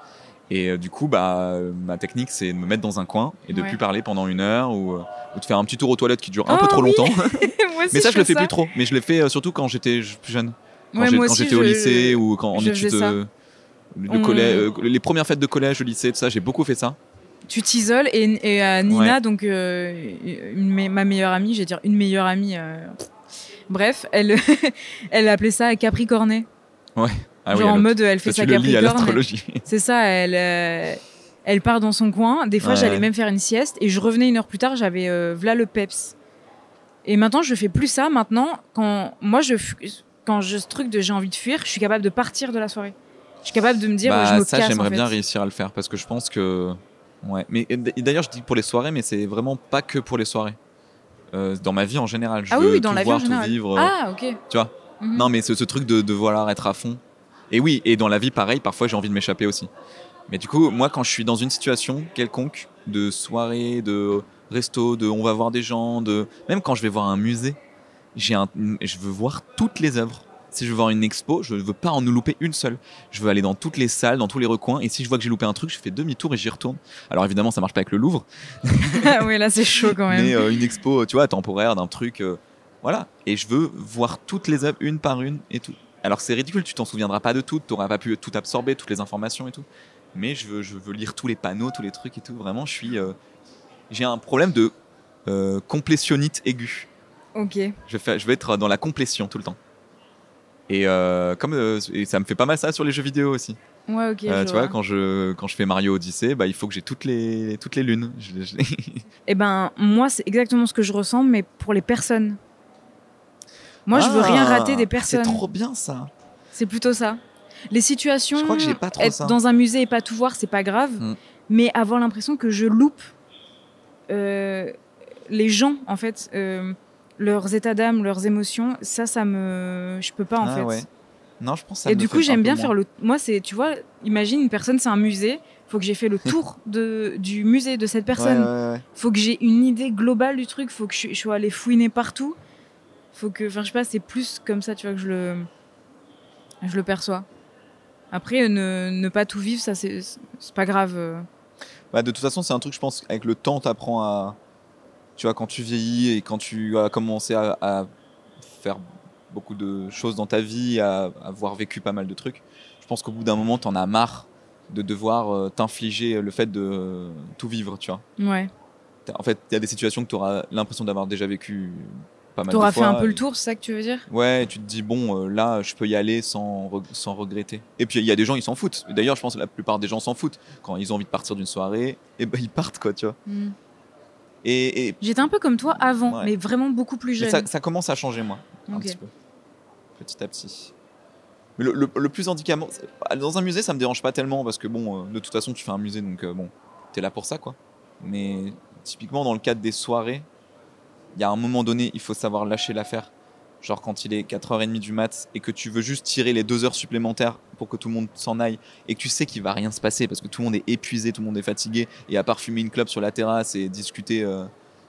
Et euh, du coup, bah, euh, ma technique, c'est de me mettre dans un coin et de Ouais. plus parler pendant une heure ou, euh, ou de faire un petit tour aux toilettes qui dure un peu Ah trop oui, longtemps. moi aussi, Mais ça, je le fais ça. plus trop. Mais je l'ai fait euh, surtout quand j'étais j- plus jeune. Quand Ouais, j'ai- moi quand aussi, j'étais au je- lycée ou quand, en je faisais études. ça. euh, de On- collè- euh, les premières fêtes de collège, de lycée, tout ça, j'ai beaucoup fait ça. Tu t'isoles et, et à Nina, Ouais. donc euh, une me- ma meilleure amie, j'allais dire une meilleure amie. euh, Bref, elle, elle appelait ça Capricorné. Ah genre en oui, mode, elle fait ça, sa tu le lis à Capricorne. l'astrologie. C'est ça, elle, euh, elle part dans son coin. Des fois, Ouais, j'allais ouais. même faire une sieste et je revenais une heure plus tard, j'avais euh, v'là le peps. Et maintenant, je fais plus ça. Maintenant, quand moi, je, fu- quand je ce truc de j'ai envie de fuir, je suis capable de partir de la soirée. Je suis capable de me dire, Bah, je me ça, casse. en j'aimerais fait. bien réussir à le faire parce que je pense que. Ouais. Mais et d- et d'ailleurs, je dis pour les soirées, mais c'est vraiment pas que pour les soirées. Euh, dans ma vie en général, je Ah oui, veux oui, dans tout la vie en voir, tout général. vivre. euh, Ah, ok. Tu vois Mhm. Non, mais ce, ce truc de, de vouloir être à fond. Et oui, et dans la vie, pareil, parfois j'ai envie de m'échapper aussi. Mais du coup, moi, quand je suis dans une situation quelconque, de soirée, de resto, de on va voir des gens, de même quand je vais voir un musée, j'ai un, je veux voir toutes les œuvres. Si je veux voir une expo, je veux pas en nous louper une seule. Je veux aller dans toutes les salles, dans tous les recoins. Et si je vois que j'ai loupé un truc, je fais demi-tour et j'y retourne. Alors évidemment, ça marche pas avec le Louvre, Ah oui, là, c'est chaud quand même. mais euh, une expo, euh, tu vois, temporaire d'un truc, euh, voilà. Et je veux voir toutes les œuvres une par une et tout. Alors c'est ridicule, tu t'en souviendras pas de toutes, t'auras pas pu tout absorber, toutes les informations et tout. Mais je veux, je veux lire tous les panneaux, tous les trucs et tout. Vraiment, je suis, euh, j'ai un problème de euh, complétionnite aiguë. Ok. Je vais, faire- je vais être dans la complétion tout le temps. Et euh, comme euh, et ça me fait pas mal ça sur les jeux vidéo aussi. Ouais, ok. Euh, je tu vois. vois, quand je quand je fais Mario Odyssey, bah il faut que j'ai toutes les toutes les lunes. Je- je- Eh ben, moi, c'est exactement ce que je ressens, mais pour les personnes. Moi, je veux Ah, rien rater des personnes. C'est trop bien ça. C'est plutôt ça. Les situations. Je crois que j'ai pas trop être ça. dans un musée et pas tout voir, c'est pas grave. Mm. Mais avoir l'impression que je loupe euh, les gens, en fait, euh, leurs états d'âme, leurs émotions, ça, ça me. Je peux pas, en Ah fait. ouais. Non, je pense que ça et me du le coup, fait un j'aime peu bien moins. faire le. Moi, c'est. Tu vois, imagine une personne, c'est un musée. Faut que j'ai fait le tour de, du musée de cette personne. Ouais, ouais, ouais. faut que j'ai une idée globale du truc, faut que je, je sois allé fouiner partout. Faut que, enfin, je sais pas, c'est plus comme ça, tu vois, que je le, je le perçois. Après, euh, ne, ne pas tout vivre, ça, c'est c'est pas grave. euh. Bah, de toute façon, c'est un truc, je pense, avec le temps, t'apprends à. Tu vois, quand tu vieillis et quand tu as commencé à, à faire beaucoup de choses dans ta vie, à, à avoir vécu pas mal de trucs, je pense qu'au bout d'un moment, t'en as marre de devoir euh, t'infliger le fait de euh, tout vivre, tu vois. Ouais. T'as- En fait, il y a des situations que t'auras l'impression d'avoir déjà vécu pas mal de Bah, fois. T'auras euh, fait un peu et- le tour, c'est ça que tu veux dire Ouais, et tu te dis, bon, euh, là, je peux y aller sans, reg- sans regretter. Et puis, il y a des gens, ils s'en foutent. D'ailleurs, je pense que la plupart des gens s'en foutent. Quand ils ont envie de partir d'une soirée, et ben, ils partent, quoi, tu vois. Hmm. Et, et- J'étais un peu comme toi avant, Ouais. mais vraiment beaucoup plus jeune. mais ça, ça commence à changer, moi, un Ok. petit peu. Petit à petit. Mais le, le- le plus handicapant, c'est- bah, dans un musée, ça me dérange pas tellement parce que, bon, euh, de toute façon, tu fais un musée, donc, euh, bon, t'es là pour ça, quoi. Mais typiquement, dans le cadre des soirées, il y a un moment donné, il faut savoir lâcher l'affaire. Genre quand il est 4h30 du mat et que tu veux juste tirer les 2 heures supplémentaires pour que tout le monde s'en aille et que tu sais qu'il va rien se passer parce que tout le monde est épuisé, tout le monde est fatigué et à part fumer une clope sur la terrasse et discuter, euh,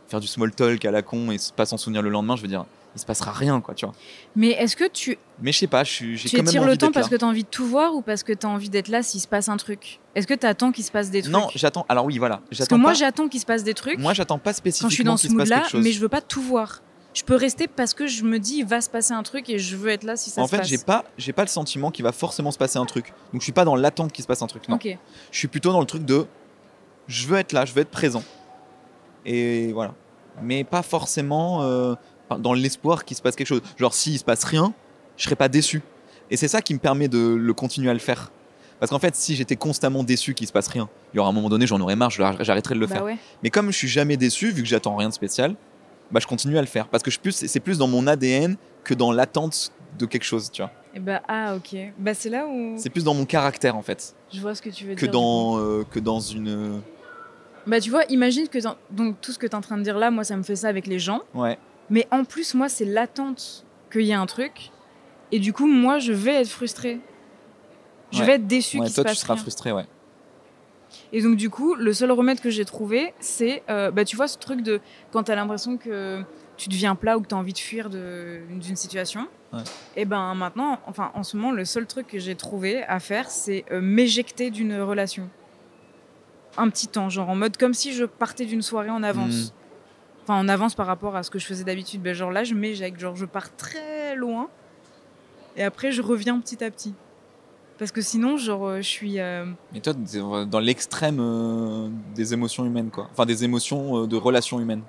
faire du small talk à la con et s- pas s'en souvenir le lendemain, je veux dire, il se passera rien quoi, tu vois. Mais est-ce que tu, Mais je sais pas, je suis- j'ai tu quand même étires envie le temps d'être parce là. que t'as envie de tout voir ou parce que t'as envie d'être là s'il se passe un truc Est-ce que t'attends qu'il se passe des trucs Non, j'attends. Alors oui, voilà. Parce que J'attends moi, pas- j'attends qu'il se passe des trucs. moi, j'attends pas quand spécifiquement je suis dans ce qu'il se passe mood-là, quelque chose. mais je veux pas tout voir. Je peux rester parce que je me dis il va se passer un truc et je veux être là si ça en se fait, passe. j'ai pas, j'ai pas le sentiment qu'il va forcément se passer un truc. Donc je suis pas dans l'attente qu'il se passe un truc. Non. Ok. je suis plutôt dans le truc de je veux être là, je veux être présent. Et voilà. Mais pas forcément euh, dans l'espoir qu'il se passe quelque chose. Genre, s'il se passe rien, je serais pas déçu. Et c'est ça qui me permet de le continuer à le faire. Parce qu'en fait, si j'étais constamment déçu qu'il se passe rien, il y aura un moment donné, j'en aurais marre, je- j'arrêterai de le Bah faire. ouais. Mais comme je suis jamais déçu, vu que j'attends rien de spécial, bah, je continue à le faire. Parce que je suis plus, c'est plus dans mon ADN que dans l'attente de quelque chose, tu vois. Et bah ah ok. Bah c'est là où C'est plus dans mon caractère, en fait, je vois ce que tu veux que dire. du dans, euh, que dans une... coup. Bah tu vois, imagine que t'en- donc tout ce que t'es en train de dire là, moi ça me fait ça avec les gens. Ouais. Mais en plus moi c'est l'attente qu'il y ait un truc et du coup moi je vais être frustrée. Je Ouais. vais être déçue Ouais, qu'il se toi, tu passe seras rien. frustré, ouais. Et donc, du coup, le seul remède que j'ai trouvé, c'est, euh, bah, tu vois, ce truc de quand t'as l'impression que tu deviens plat ou que t'as envie de fuir de- d'une situation, Ouais. et ben maintenant, enfin, en ce moment, le seul truc que j'ai trouvé à faire, c'est euh, m'éjecter d'une relation. Un petit temps, genre en mode comme si je partais d'une soirée en avance. Hmm. Enfin, en avance par rapport à ce que je faisais d'habitude. Ben, genre là, je m'éjecte, genre je pars très loin et après, je reviens petit à petit. Parce que sinon, genre, euh, je suis. euh, Mais Mm. toi, t'es dans l'extrême euh, des émotions humaines, quoi. Enfin, des émotions euh, de relations humaines.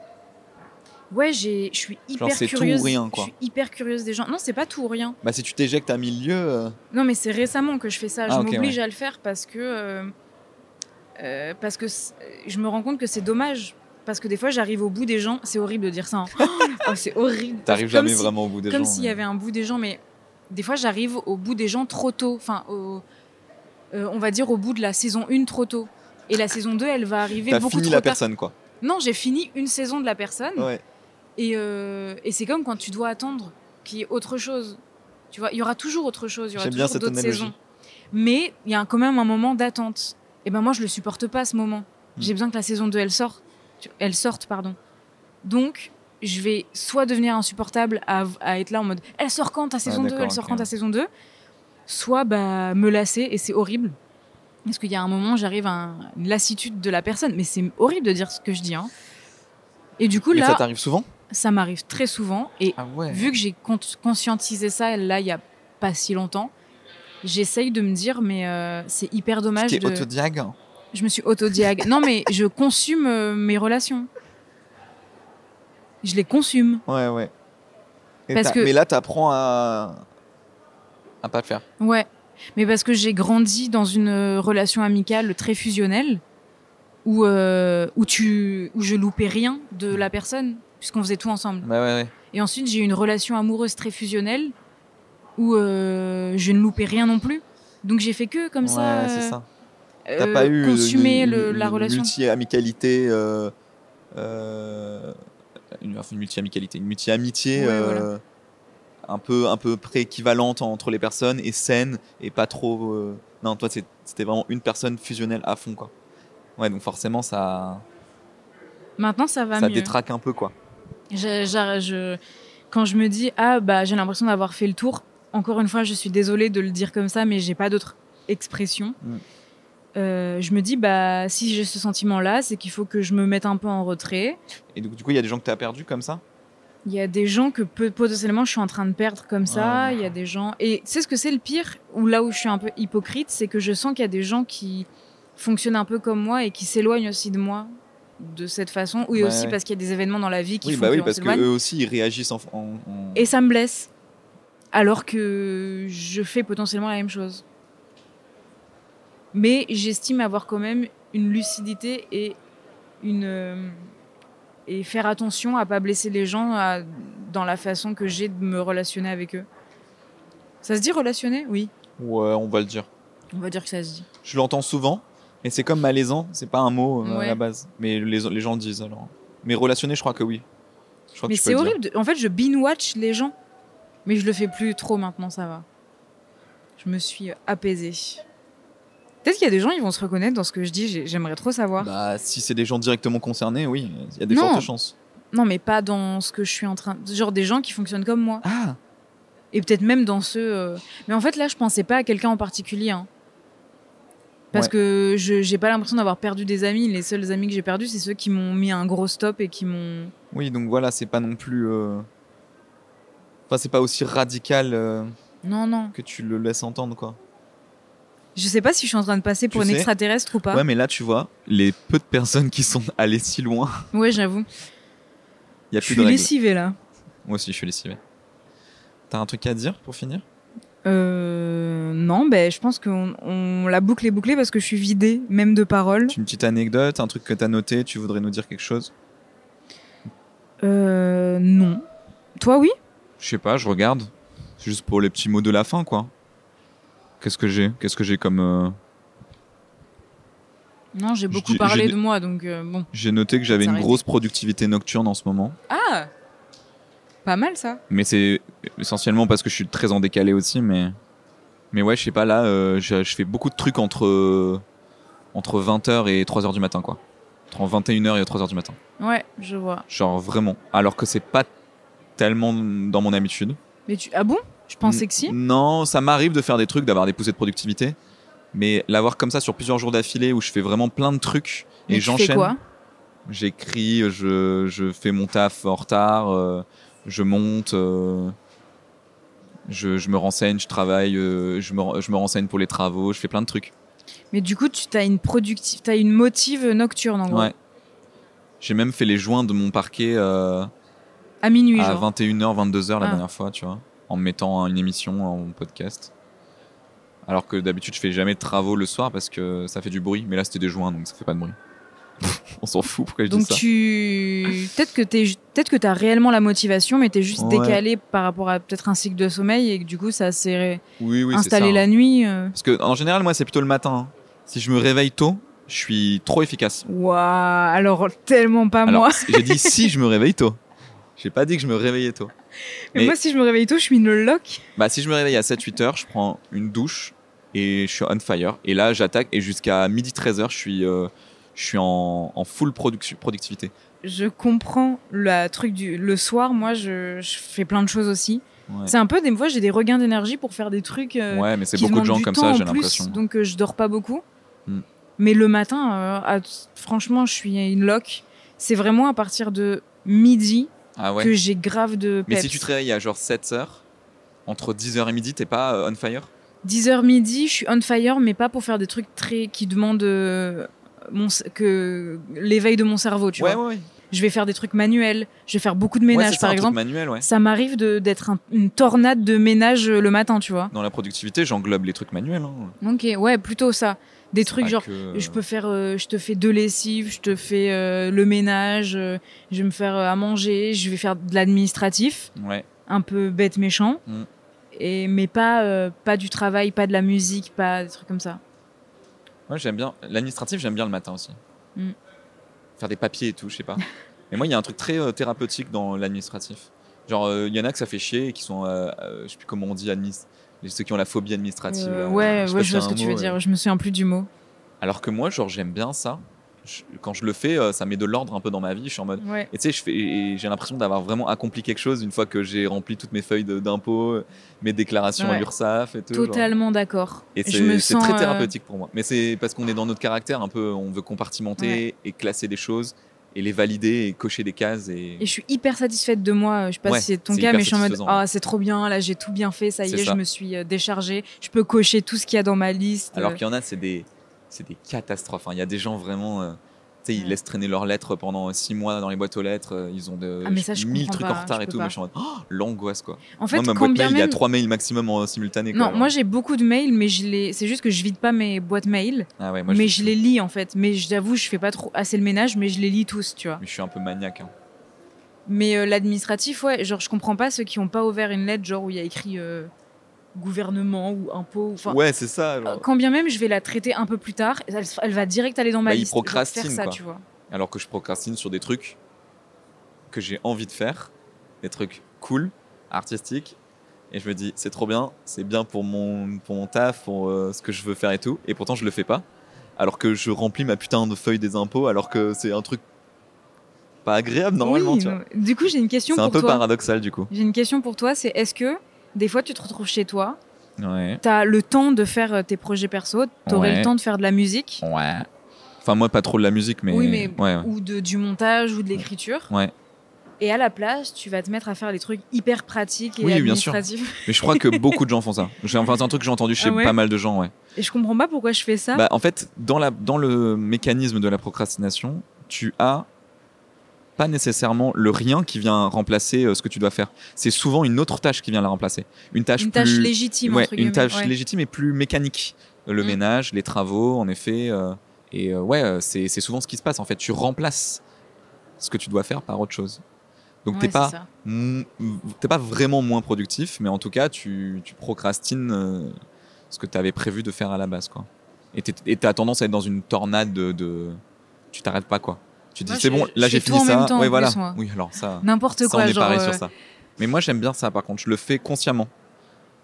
Ouais, j'ai, je suis hyper Genre, c'est tout ou curieuse. rien, quoi. Je suis hyper curieuse des gens. Non, c'est pas tout ou rien. Bah, si tu t'éjectes à milieu, euh, Non, mais c'est récemment que je fais ça. Je Ah, ok, m'oblige à le faire parce que euh, euh, parce que c'est- je me rends compte que c'est dommage. Parce que des fois, j'arrive au bout des gens. C'est horrible de dire ça. hein. Oh, c'est horrible. t'arrives Comme jamais si- vraiment au bout des gens. Comme s'il y mais- avait un bout des gens, mais des fois, j'arrive au bout des gens trop tôt. Enfin, au- euh, on va dire au bout de la saison 1 trop tôt. Et la saison 2, elle va arriver T'as beaucoup fini trop la tard. Hmm. personne, quoi. Non, j'ai fini une saison de la personne. Ouais. Et, euh, et c'est comme quand tu dois attendre qu'il y ait autre chose. Tu vois, il y aura toujours autre chose, il y aura J'aime bien toujours cette d'autres analogie. saisons. Mais il y a un- quand même un moment d'attente. Et ben moi, je le supporte pas ce moment. Hmm. J'ai besoin que la saison 2 elle sorte, tu- elle sorte pardon. Donc je vais soit devenir insupportable à, à être là en mode elle sort quand ta saison 2, Ah, d'accord, elle sort ok. quand ta saison 2, soit bah, me lasser et c'est horrible. Parce qu'il y a un moment, j'arrive à un- une lassitude de la personne, mais c'est horrible de dire ce que je dis. hein. Et du coup, Mais ça là, t'arrive souvent ça m'arrive très souvent. Et Ah ouais. vu que j'ai con- conscientisé ça, là, il n'y a pas si longtemps, j'essaye de me dire, mais euh, c'est hyper dommage. T'es de- autodiag Je me suis autodiag. non, mais je consume euh, mes relations. Je les consume. Ouais, ouais. Et Parce t'as- que- Mais là, t'apprends à... à pas le faire. Ouais. Mais parce que j'ai grandi dans une euh, relation amicale très fusionnelle où, euh, où, tu, où je loupais rien de la personne puisqu'on faisait tout ensemble. Bah ouais, ouais. Et ensuite, j'ai eu une relation amoureuse très fusionnelle où euh, je ne loupais rien non plus. Donc j'ai fait que comme ça, Ouais, euh, c'est ça. euh, T'as pas eu une- consumer une- le- la une relation. Multi-amicalité. euh, euh, une enfin, une multi-amicalité. Une multi-amitié. Ouais, euh, voilà. Un peu, un peu prééquivalente entre les personnes et saine et pas trop. euh, Non, toi, c'est- c'était vraiment une personne fusionnelle à fond, quoi. Ouais, donc forcément, ça, Maintenant, ça va ça mieux. détraque un peu, quoi. Je- je- je- quand je me dis ah bah j'ai l'impression d'avoir fait le tour. Encore une fois, je suis désolée de le dire comme ça, mais j'ai pas d'autre expression. Mm. Euh, je me dis bah si j'ai ce sentiment-là, c'est qu'il faut que je me mette un peu en retrait. Et donc, du coup, il y a des gens que t'as perdu comme ça Il y a des gens que peu- potentiellement je suis en train de perdre comme ça. Ah, il y a des gens et c'est ce que c'est le pire ou là où je suis un peu hypocrite, c'est que je sens qu'il y a des gens qui fonctionnent un peu comme moi et qui s'éloignent aussi de moi de cette façon. Ou Ouais, aussi ouais. parce qu'il y a des événements dans la vie qui Oui, font bah oui, qu'on parce que s'éloigne. eux aussi, ils réagissent en. en- en- et ça me blesse. Alors que je fais potentiellement la même chose. Mais j'estime avoir quand même une lucidité et une euh, et faire attention à pas blesser les gens à- dans la façon que j'ai de me relationner avec eux. Ça se dit relationner Oui, Ouais, on va le dire. on va dire que ça se dit. Je l'entends souvent, mais c'est comme malaisant, c'est pas un mot euh, à Ouais. la base. Mais les, les gens le disent alors. Mais relationné, je crois que oui. Je crois Mais que je peux c'est le dire. horrible. de- En fait, je binge-watch les gens. Mais je le fais plus trop maintenant, ça va. Je me suis apaisée. Peut-être qu'il y a des gens, ils vont se reconnaître dans ce que je dis. j'ai- J'aimerais trop savoir. Bah, si c'est des gens directement concernés, oui, il y a des Non. fortes chances. Non, mais pas dans ce que je suis en train. Genre des gens qui fonctionnent comme moi. Ah Et peut-être même dans ceux. euh, Mais en fait, là, je pensais pas à quelqu'un en particulier. hein. Parce Ouais. que je j'ai pas l'impression d'avoir perdu des amis. Les seuls amis que j'ai perdus, c'est ceux qui m'ont mis un gros stop et qui m'ont. Oui, donc voilà, c'est pas non plus. euh, Enfin, c'est pas aussi radical euh, Non, non. que tu le laisses entendre, quoi. Je sais pas si je suis en train de passer pour Tu une sais- extraterrestre ou pas. Ouais, mais là, tu vois, les peu de personnes qui sont allées si loin, ouais j'avoue. il y a Je suis plus de règles. lessivée là. Moi aussi, je suis lessivé. T'as un truc à dire pour finir Euh, non, ben, je pense qu'on on la boucle est bouclée parce que je suis vidée, même de paroles. Une petite anecdote, un truc que t'as noté, tu voudrais nous dire quelque chose Euh, non. Toi, oui Je sais pas, je regarde. C'est juste pour les petits mots de la fin, quoi. Qu'est-ce que j'ai Qu'est-ce que j'ai comme. euh, Non, j'ai beaucoup dis- parlé j'ai- de moi, donc euh, bon. J'ai noté que j'avais Ça une arrête. grosse productivité nocturne en ce moment. Ah Pas mal ça. Mais c'est essentiellement parce que je suis très en décalé aussi, mais. Mais ouais, je sais pas, là, euh, je, je fais beaucoup de trucs entre. euh, entre 20h et 3h du matin, quoi. Entre 21h et 3h du matin. Ouais, je vois. Genre vraiment. Alors que c'est pas tellement dans mon habitude. Mais tu. Ah bon Je pensais que si. Non, ça m'arrive de faire des trucs, d'avoir des poussées de productivité. Mais l'avoir comme ça sur plusieurs jours d'affilée où je fais vraiment plein de trucs Mais et tu fais j'enchaîne. quoi J'écris, je, je fais mon taf en retard, euh, je monte, euh, je, je me renseigne, je travaille, euh, je, me, je me renseigne pour les travaux, je fais plein de trucs. Mais du coup, tu as une productive, t'as une motive nocturne en gros. Ouais. J'ai même fait les joints de mon parquet euh, À minuit, à genre. 21h, 22h la Ah. dernière fois, tu vois, en me mettant une émission en podcast. Alors que d'habitude, je fais jamais de travaux le soir parce que ça fait du bruit. Mais là, c'était des joints, donc ça fait pas de bruit. On s'en fout, pourquoi je dis Donc ça tu. Peut-être que t'es, ju- peut-être que t'as réellement la motivation, mais t'es juste Ouais. décalé par rapport à peut-être un cycle de sommeil et que du coup ça s'est ré- Oui, oui, c'est ça. installé hein. la nuit. euh. Parce que en général, moi, c'est plutôt le matin. hein. Si je me réveille tôt, je suis trop efficace. Waouh, alors tellement pas Alors, Ah, moi. j'ai dit si je me réveille tôt. J'ai pas dit que je me réveillais tôt. Mais, mais- moi, si je me réveille tôt, je suis une loque. Bah, si je me réveille à 7-8 heures, je prends une douche et je suis on fire. Et là, j'attaque et jusqu'à midi 13 heures, je suis, euh, je suis en, en full produc- productivité. Je comprends le truc du le soir. Moi, je, je fais plein de choses aussi. Ouais, C'est un peu des fois j'ai des regains d'énergie pour faire des trucs. euh, Ouais, mais c'est qui beaucoup de demandent gens du comme temps ça, en j'ai plus, l'impression. Donc euh, je dors pas beaucoup. Mm. Mais le matin, euh, à- franchement, je suis une loque. C'est vraiment à partir de midi Ah ouais. que j'ai grave de Mais peps. si tu te réveilles à genre 7h, entre 10h et midi, t'es pas euh, on fire 10h midi, je suis on fire, mais pas pour faire des trucs très qui demandent euh, mon, c- que l'éveil de mon cerveau. Tu Ouais, vois. ouais, ouais. Je vais faire des trucs manuels. Je vais faire beaucoup de Ouais, ménage, c'est ça, par un exemple. Truc manuel, ouais. Ça m'arrive de- d'être un- une tornade de ménage euh, le matin, tu vois. Dans la productivité, j'englobe les trucs manuels. hein. Ok, ouais, plutôt ça. Des trucs Pas genre, que- je peux faire, euh, je te fais deux lessives, je te fais euh, le ménage, euh, je vais me faire euh, à manger, je vais faire de l'administratif, Ouais. un peu bête méchant, Mm. et mais pas euh, pas du travail, pas de la musique, pas des trucs comme ça. Ouais, j'aime bien. L'administratif, j'aime bien le matin aussi. Mm. Faire des papiers et tout, je sais pas. Mais moi, il y a un truc très euh, thérapeutique dans l'administratif. Genre, euh, il y en a que ça fait chier et qui sont, euh, euh, je sais plus comment on dit, admis- les- ceux qui ont la phobie administrative. Euh, euh, ouais, sais ouais, pas je si vois c'est ce un que tu mot, veux euh. dire. Je me souviens plus du mot. Alors que moi, genre, j'aime bien ça. Je- quand je le fais, euh, ça met de l'ordre un peu dans ma vie. Je suis en mode. Ouais. Et tu sais, je fais- et j'ai l'impression d'avoir vraiment accompli quelque chose une fois que j'ai rempli toutes mes feuilles de- d'impôts, euh, mes déclarations à Ouais. l'URSSAF et tout. genre. Totalement d'accord. Et Je me c'est c'est sens, très euh, thérapeutique pour moi. Mais c'est parce qu'on est dans notre caractère un peu, on veut compartimenter et classer des choses et les valider et cocher des cases. Et, Et je suis hyper satisfaite de moi. Je sais pas Ouais, si c'est ton c'est cas, hyper mais je suis en mode satisfaisant, Ah, c'est trop bien, là j'ai tout bien fait, ça y C'est est, ça. je me suis euh, déchargée, je peux cocher tout ce qu'il y a dans ma liste. Alors Euh, qu'il y en a, c'est des, c'est des catastrophes. hein. Il y a des gens vraiment, euh, tu sais, ils Ouais. laissent traîner leurs lettres pendant six mois dans les boîtes aux lettres. euh, Ils ont de, Ah, mais ça, je mille comprends trucs pas, en retard je et peux tout. pas. Moi, je suis en mode, oh, l'angoisse quoi. En fait, moi, ma quand boîte bien mail, il y a même. trois mails maximum en simultané. quoi, Non, genre. moi j'ai beaucoup de mails, mais je les. C'est juste que je vide pas mes boîtes mails, Ah ouais, moi, mais je les lis en fait. Mais j'avoue, je fais pas trop assez le ménage, mais je les lis tous, tu vois. Mais je suis un peu maniaque. hein. Mais euh, l'administratif, ouais, genre je comprends pas ceux qui ont pas ouvert une lettre, genre où il y a écrit euh, gouvernement ou impôt. ou- Enfin, ouais, c'est ça. genre. euh, quand bien même je vais la traiter un peu plus tard, elle, elle va direct aller dans ma Bah, ils liste. Genre, procrastinent, faire ça, quoi. tu vois. alors que je procrastine sur des trucs que j'ai envie de faire, des trucs cool, artistiques, et je me dis c'est trop bien, c'est bien pour mon, pour mon taf, pour euh, ce que je veux faire et tout, et pourtant je le fais pas, alors que je remplis ma putain de feuille des impôts, alors que c'est un truc pas agréable normalement, Oui, tu vois. non. Du coup, j'ai une question C'est pour un peu toi. paradoxal du coup. J'ai une question pour toi, c'est est-ce que des fois tu te retrouves chez toi, Ouais. t'as le temps de faire euh, tes projets perso, t'aurais Ouais. le temps de faire de la musique Ouais. Enfin, moi, pas trop de la musique, mais. Oui, mais- Ouais, ouais. ou de, du montage ou de l'écriture. Ouais. Et à la place, tu vas te mettre à faire des trucs hyper pratiques et Oui, bien sûr. administratifs. Mais je crois que beaucoup de gens font ça. J'ai- Enfin, c'est un truc que j'ai entendu chez Ah ouais pas mal de gens, ouais. Et je comprends pas pourquoi je fais ça. Bah, en fait, dans, la, dans le mécanisme de la procrastination, tu as pas nécessairement le rien qui vient remplacer euh, ce que tu dois faire. C'est souvent une autre tâche qui vient la remplacer. Une tâche une plus tâche légitime, ouais, entre guillemets. une tâche ouais. légitime et plus mécanique. Euh, Le Mm. ménage, les travaux, en effet. euh, et euh, ouais, euh, c'est c'est souvent ce qui se passe. En fait, tu remplaces ce que tu dois faire par autre chose. Donc Ouais, t'es c'est pas ça. m- t'es pas vraiment moins productif, mais en tout cas, tu, tu procrastines euh, ce que tu avais prévu de faire à la base, quoi. Et t'es- et t'as tendance à être dans une tornade de, de- tu t'arrêtes pas, quoi. Tu te dis Moi, c'est je- bon, je là fais j'ai tout fini en ça. même temps, en ouais, plus, voilà. moi. Oui, alors ça, N'importe ça, on quoi, est genre. pareil euh, sur ça. Mais moi j'aime bien ça, par contre, je le fais consciemment.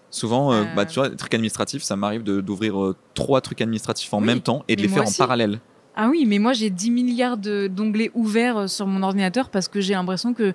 Souvent, euh, Euh. bah, tu vois, les trucs administratifs, ça m'arrive de- d'ouvrir euh, trois trucs administratifs en Oui, même temps et de mais les moi faire en aussi. parallèle. Ah oui, mais moi j'ai 10 milliards de- d'onglets ouverts euh, sur mon ordinateur parce que j'ai l'impression que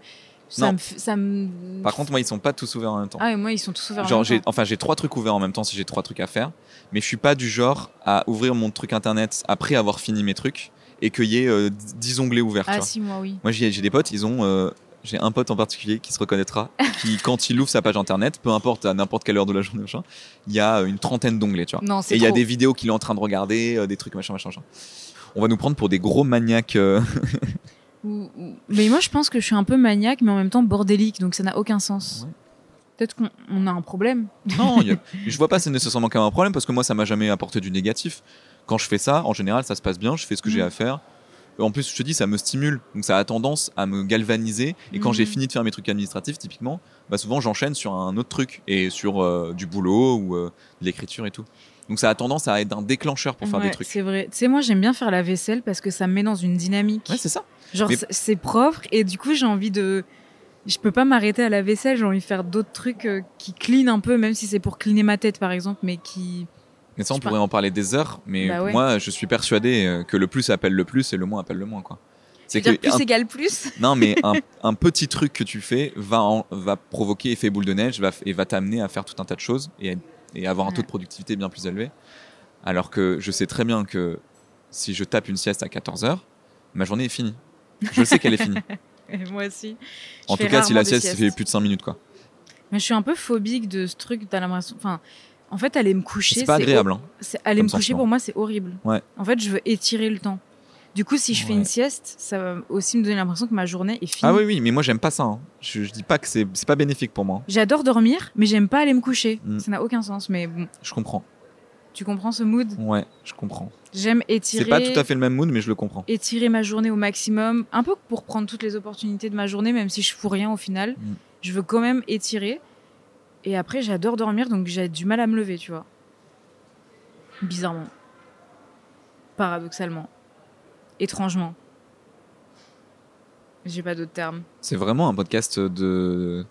ça Non. me, fait- ça me. Par contre, moi, ils sont pas tous ouverts en même temps. Ah, et moi ils sont tous ouverts. en Genre, même j'ai, temps. enfin, j'ai trois trucs ouverts en même temps si j'ai trois trucs à faire, mais je suis pas du genre à ouvrir mon truc internet après avoir fini mes trucs et qu'il y ait euh, dix- dix onglets ouverts. tu Ah vois. si, moi oui. Moi, j'ai, j'ai des potes, ils ont, euh, j'ai un pote en particulier qui se reconnaîtra, qui quand il ouvre sa page internet, peu importe à n'importe quelle heure de la journée, machin, il y a euh, une trentaine d'onglets, tu vois. Non, c'est Et il y a trop. des vidéos qu'il est en train de regarder, euh, des trucs machin, machin, machin. On va nous prendre pour des gros maniaques. euh, Ou- ou- Mais moi, je pense que je suis un peu maniaque, mais en même temps bordélique, donc ça n'a aucun sens. Ouais. Peut-être qu'on on a un problème. Non, y a- je vois pas c'est nécessairement comme un problème parce que moi ça m'a jamais apporté du négatif. Quand je fais ça, en général, ça se passe bien, je fais ce que j'ai Mm. à faire. En plus, je te dis, ça me stimule, donc ça a tendance à me galvaniser. Et quand Mm. j'ai fini de faire mes trucs administratifs, typiquement, bah souvent j'enchaîne sur un autre truc et sur euh, du boulot ou euh, de l'écriture et tout. Donc ça a tendance à être un déclencheur pour faire Ouais, des trucs. C'est vrai. Tu sais, moi, j'aime bien faire la vaisselle parce que ça me met dans une dynamique. Ouais, c'est ça. Genre, mais- c'est- c'est propre et du coup, j'ai envie de. Je peux pas m'arrêter à la vaisselle, j'ai envie de faire d'autres trucs euh, qui clean un peu, même si c'est pour cleaner ma tête, par exemple, mais qui Mais ça, on Je pense- pourrait en parler des heures, mais Bah pour ouais. moi, je suis persuadé euh, que le plus appelle le plus et le moins appelle le moins, quoi. C'est C'est-à-dire un- plus égale plus. non, mais un, un petit truc que tu fais va, en- va provoquer effet boule de neige va, f- et va t'amener à faire tout un tas de choses et, à- et avoir un taux de productivité bien plus élevé. Alors que je sais très bien que si je tape une sieste à 14 heures, ma journée est finie. Je sais qu'elle est finie. Moi aussi. En Je tout fais cas, si la rarement des sieste fait siestes. plus de 5 minutes, quoi. Mais je suis un peu phobique de ce truc, t'as l'impression. Enfin, en fait, aller me coucher. C'est pas agréable. hein. c'est- Aller comme me coucher, sentiment. pour moi, c'est horrible. Ouais. En fait, je veux étirer le temps. Du coup, si je fais Ouais. une sieste, ça va aussi me donner l'impression que ma journée est finie. Ah oui, oui, mais moi j'aime pas ça. hein. Je, je dis pas que c'est c'est pas bénéfique pour moi. hein. J'adore dormir, mais j'aime pas aller me coucher. Mm. Ça n'a aucun sens, mais bon, Je comprends. tu comprends ce mood Ouais, je comprends. J'aime C'est étirer. pas tout à fait le même mood, mais je le comprends. étirer ma journée au maximum, un peu pour prendre toutes les opportunités de ma journée, même si je fous rien au final. Mm. Je veux quand même étirer. Et après, j'adore dormir, donc j'ai du mal à me lever, tu vois. Bizarrement. Paradoxalement. Étrangement. J'ai pas d'autres termes. C'est vraiment un podcast de.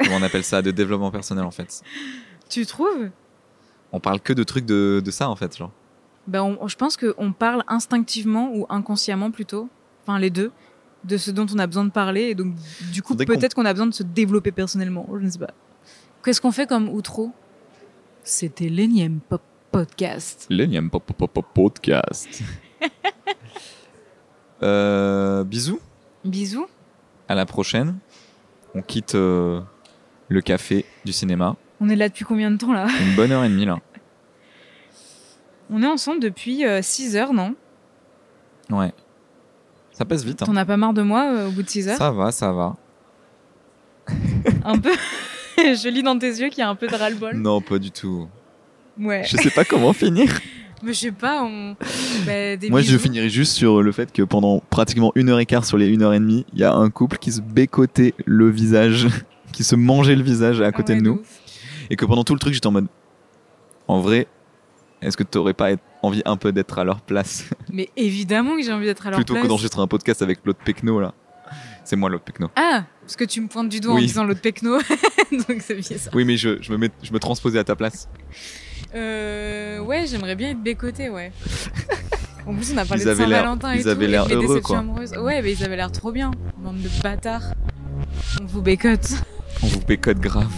Comment on appelle ça De développement personnel en fait. Tu trouves On parle que de trucs de, de ça en fait, genre. ben, on- Je pense qu'on parle instinctivement ou inconsciemment plutôt, enfin les deux, de ce dont on a besoin de parler. Et donc, du coup, Faudrait qu'on- peut-être qu'on a besoin de se développer personnellement. Je ne sais pas. Qu'est-ce qu'on fait comme outro C'était l'énième pop podcast. L'énième pop- pop- pop- podcast. Euh, bisous, Bisous. à la prochaine. On quitte euh, le café du cinéma. On est là depuis combien de temps là Une bonne heure et demie là. On est ensemble depuis 6 heures, non Ouais. Ça passe vite. hein. T'en as pas marre de moi euh, au bout de 6 heures Ça va, ça va. Un peu. Je lis dans tes yeux qu'il y a un peu de ras-le-bol. Non, pas du tout. Mm. Ouais. Je sais pas comment finir. Mais je sais pas, on. Ben, des Moi, je bisous. finirai juste sur le fait que pendant pratiquement une heure et quart sur les une heure et demie, il y a un couple qui se bécotait le visage, qui se mangeait le visage à Ah côté ouais, de de nous, ouf. et que pendant tout le truc, j'étais en mode, en vrai, est-ce que t'aurais pas envie un peu d'être à leur place Mais évidemment que j'ai envie d'être à leur plutôt que place. d'enregistrer un podcast avec l'autre Pecno là C'est moi l'autre Pecno. Ah, parce que tu me pointes du doigt en Oui. disant l'autre pecno. Donc c'est bien ça. Oui, mais je, je me mets, je me transposais à ta place. Euh, ouais, j'aimerais bien être bécoté, ouais. En plus, on a parlé Ils de avaient l'air- Saint-Valentin et ils tout, avaient et l'air de mes heureux, déceptions quoi. amoureuses. Ouais, mais ils avaient l'air trop bien. Bande de bâtards. On vous bécote. On vous pécote grave.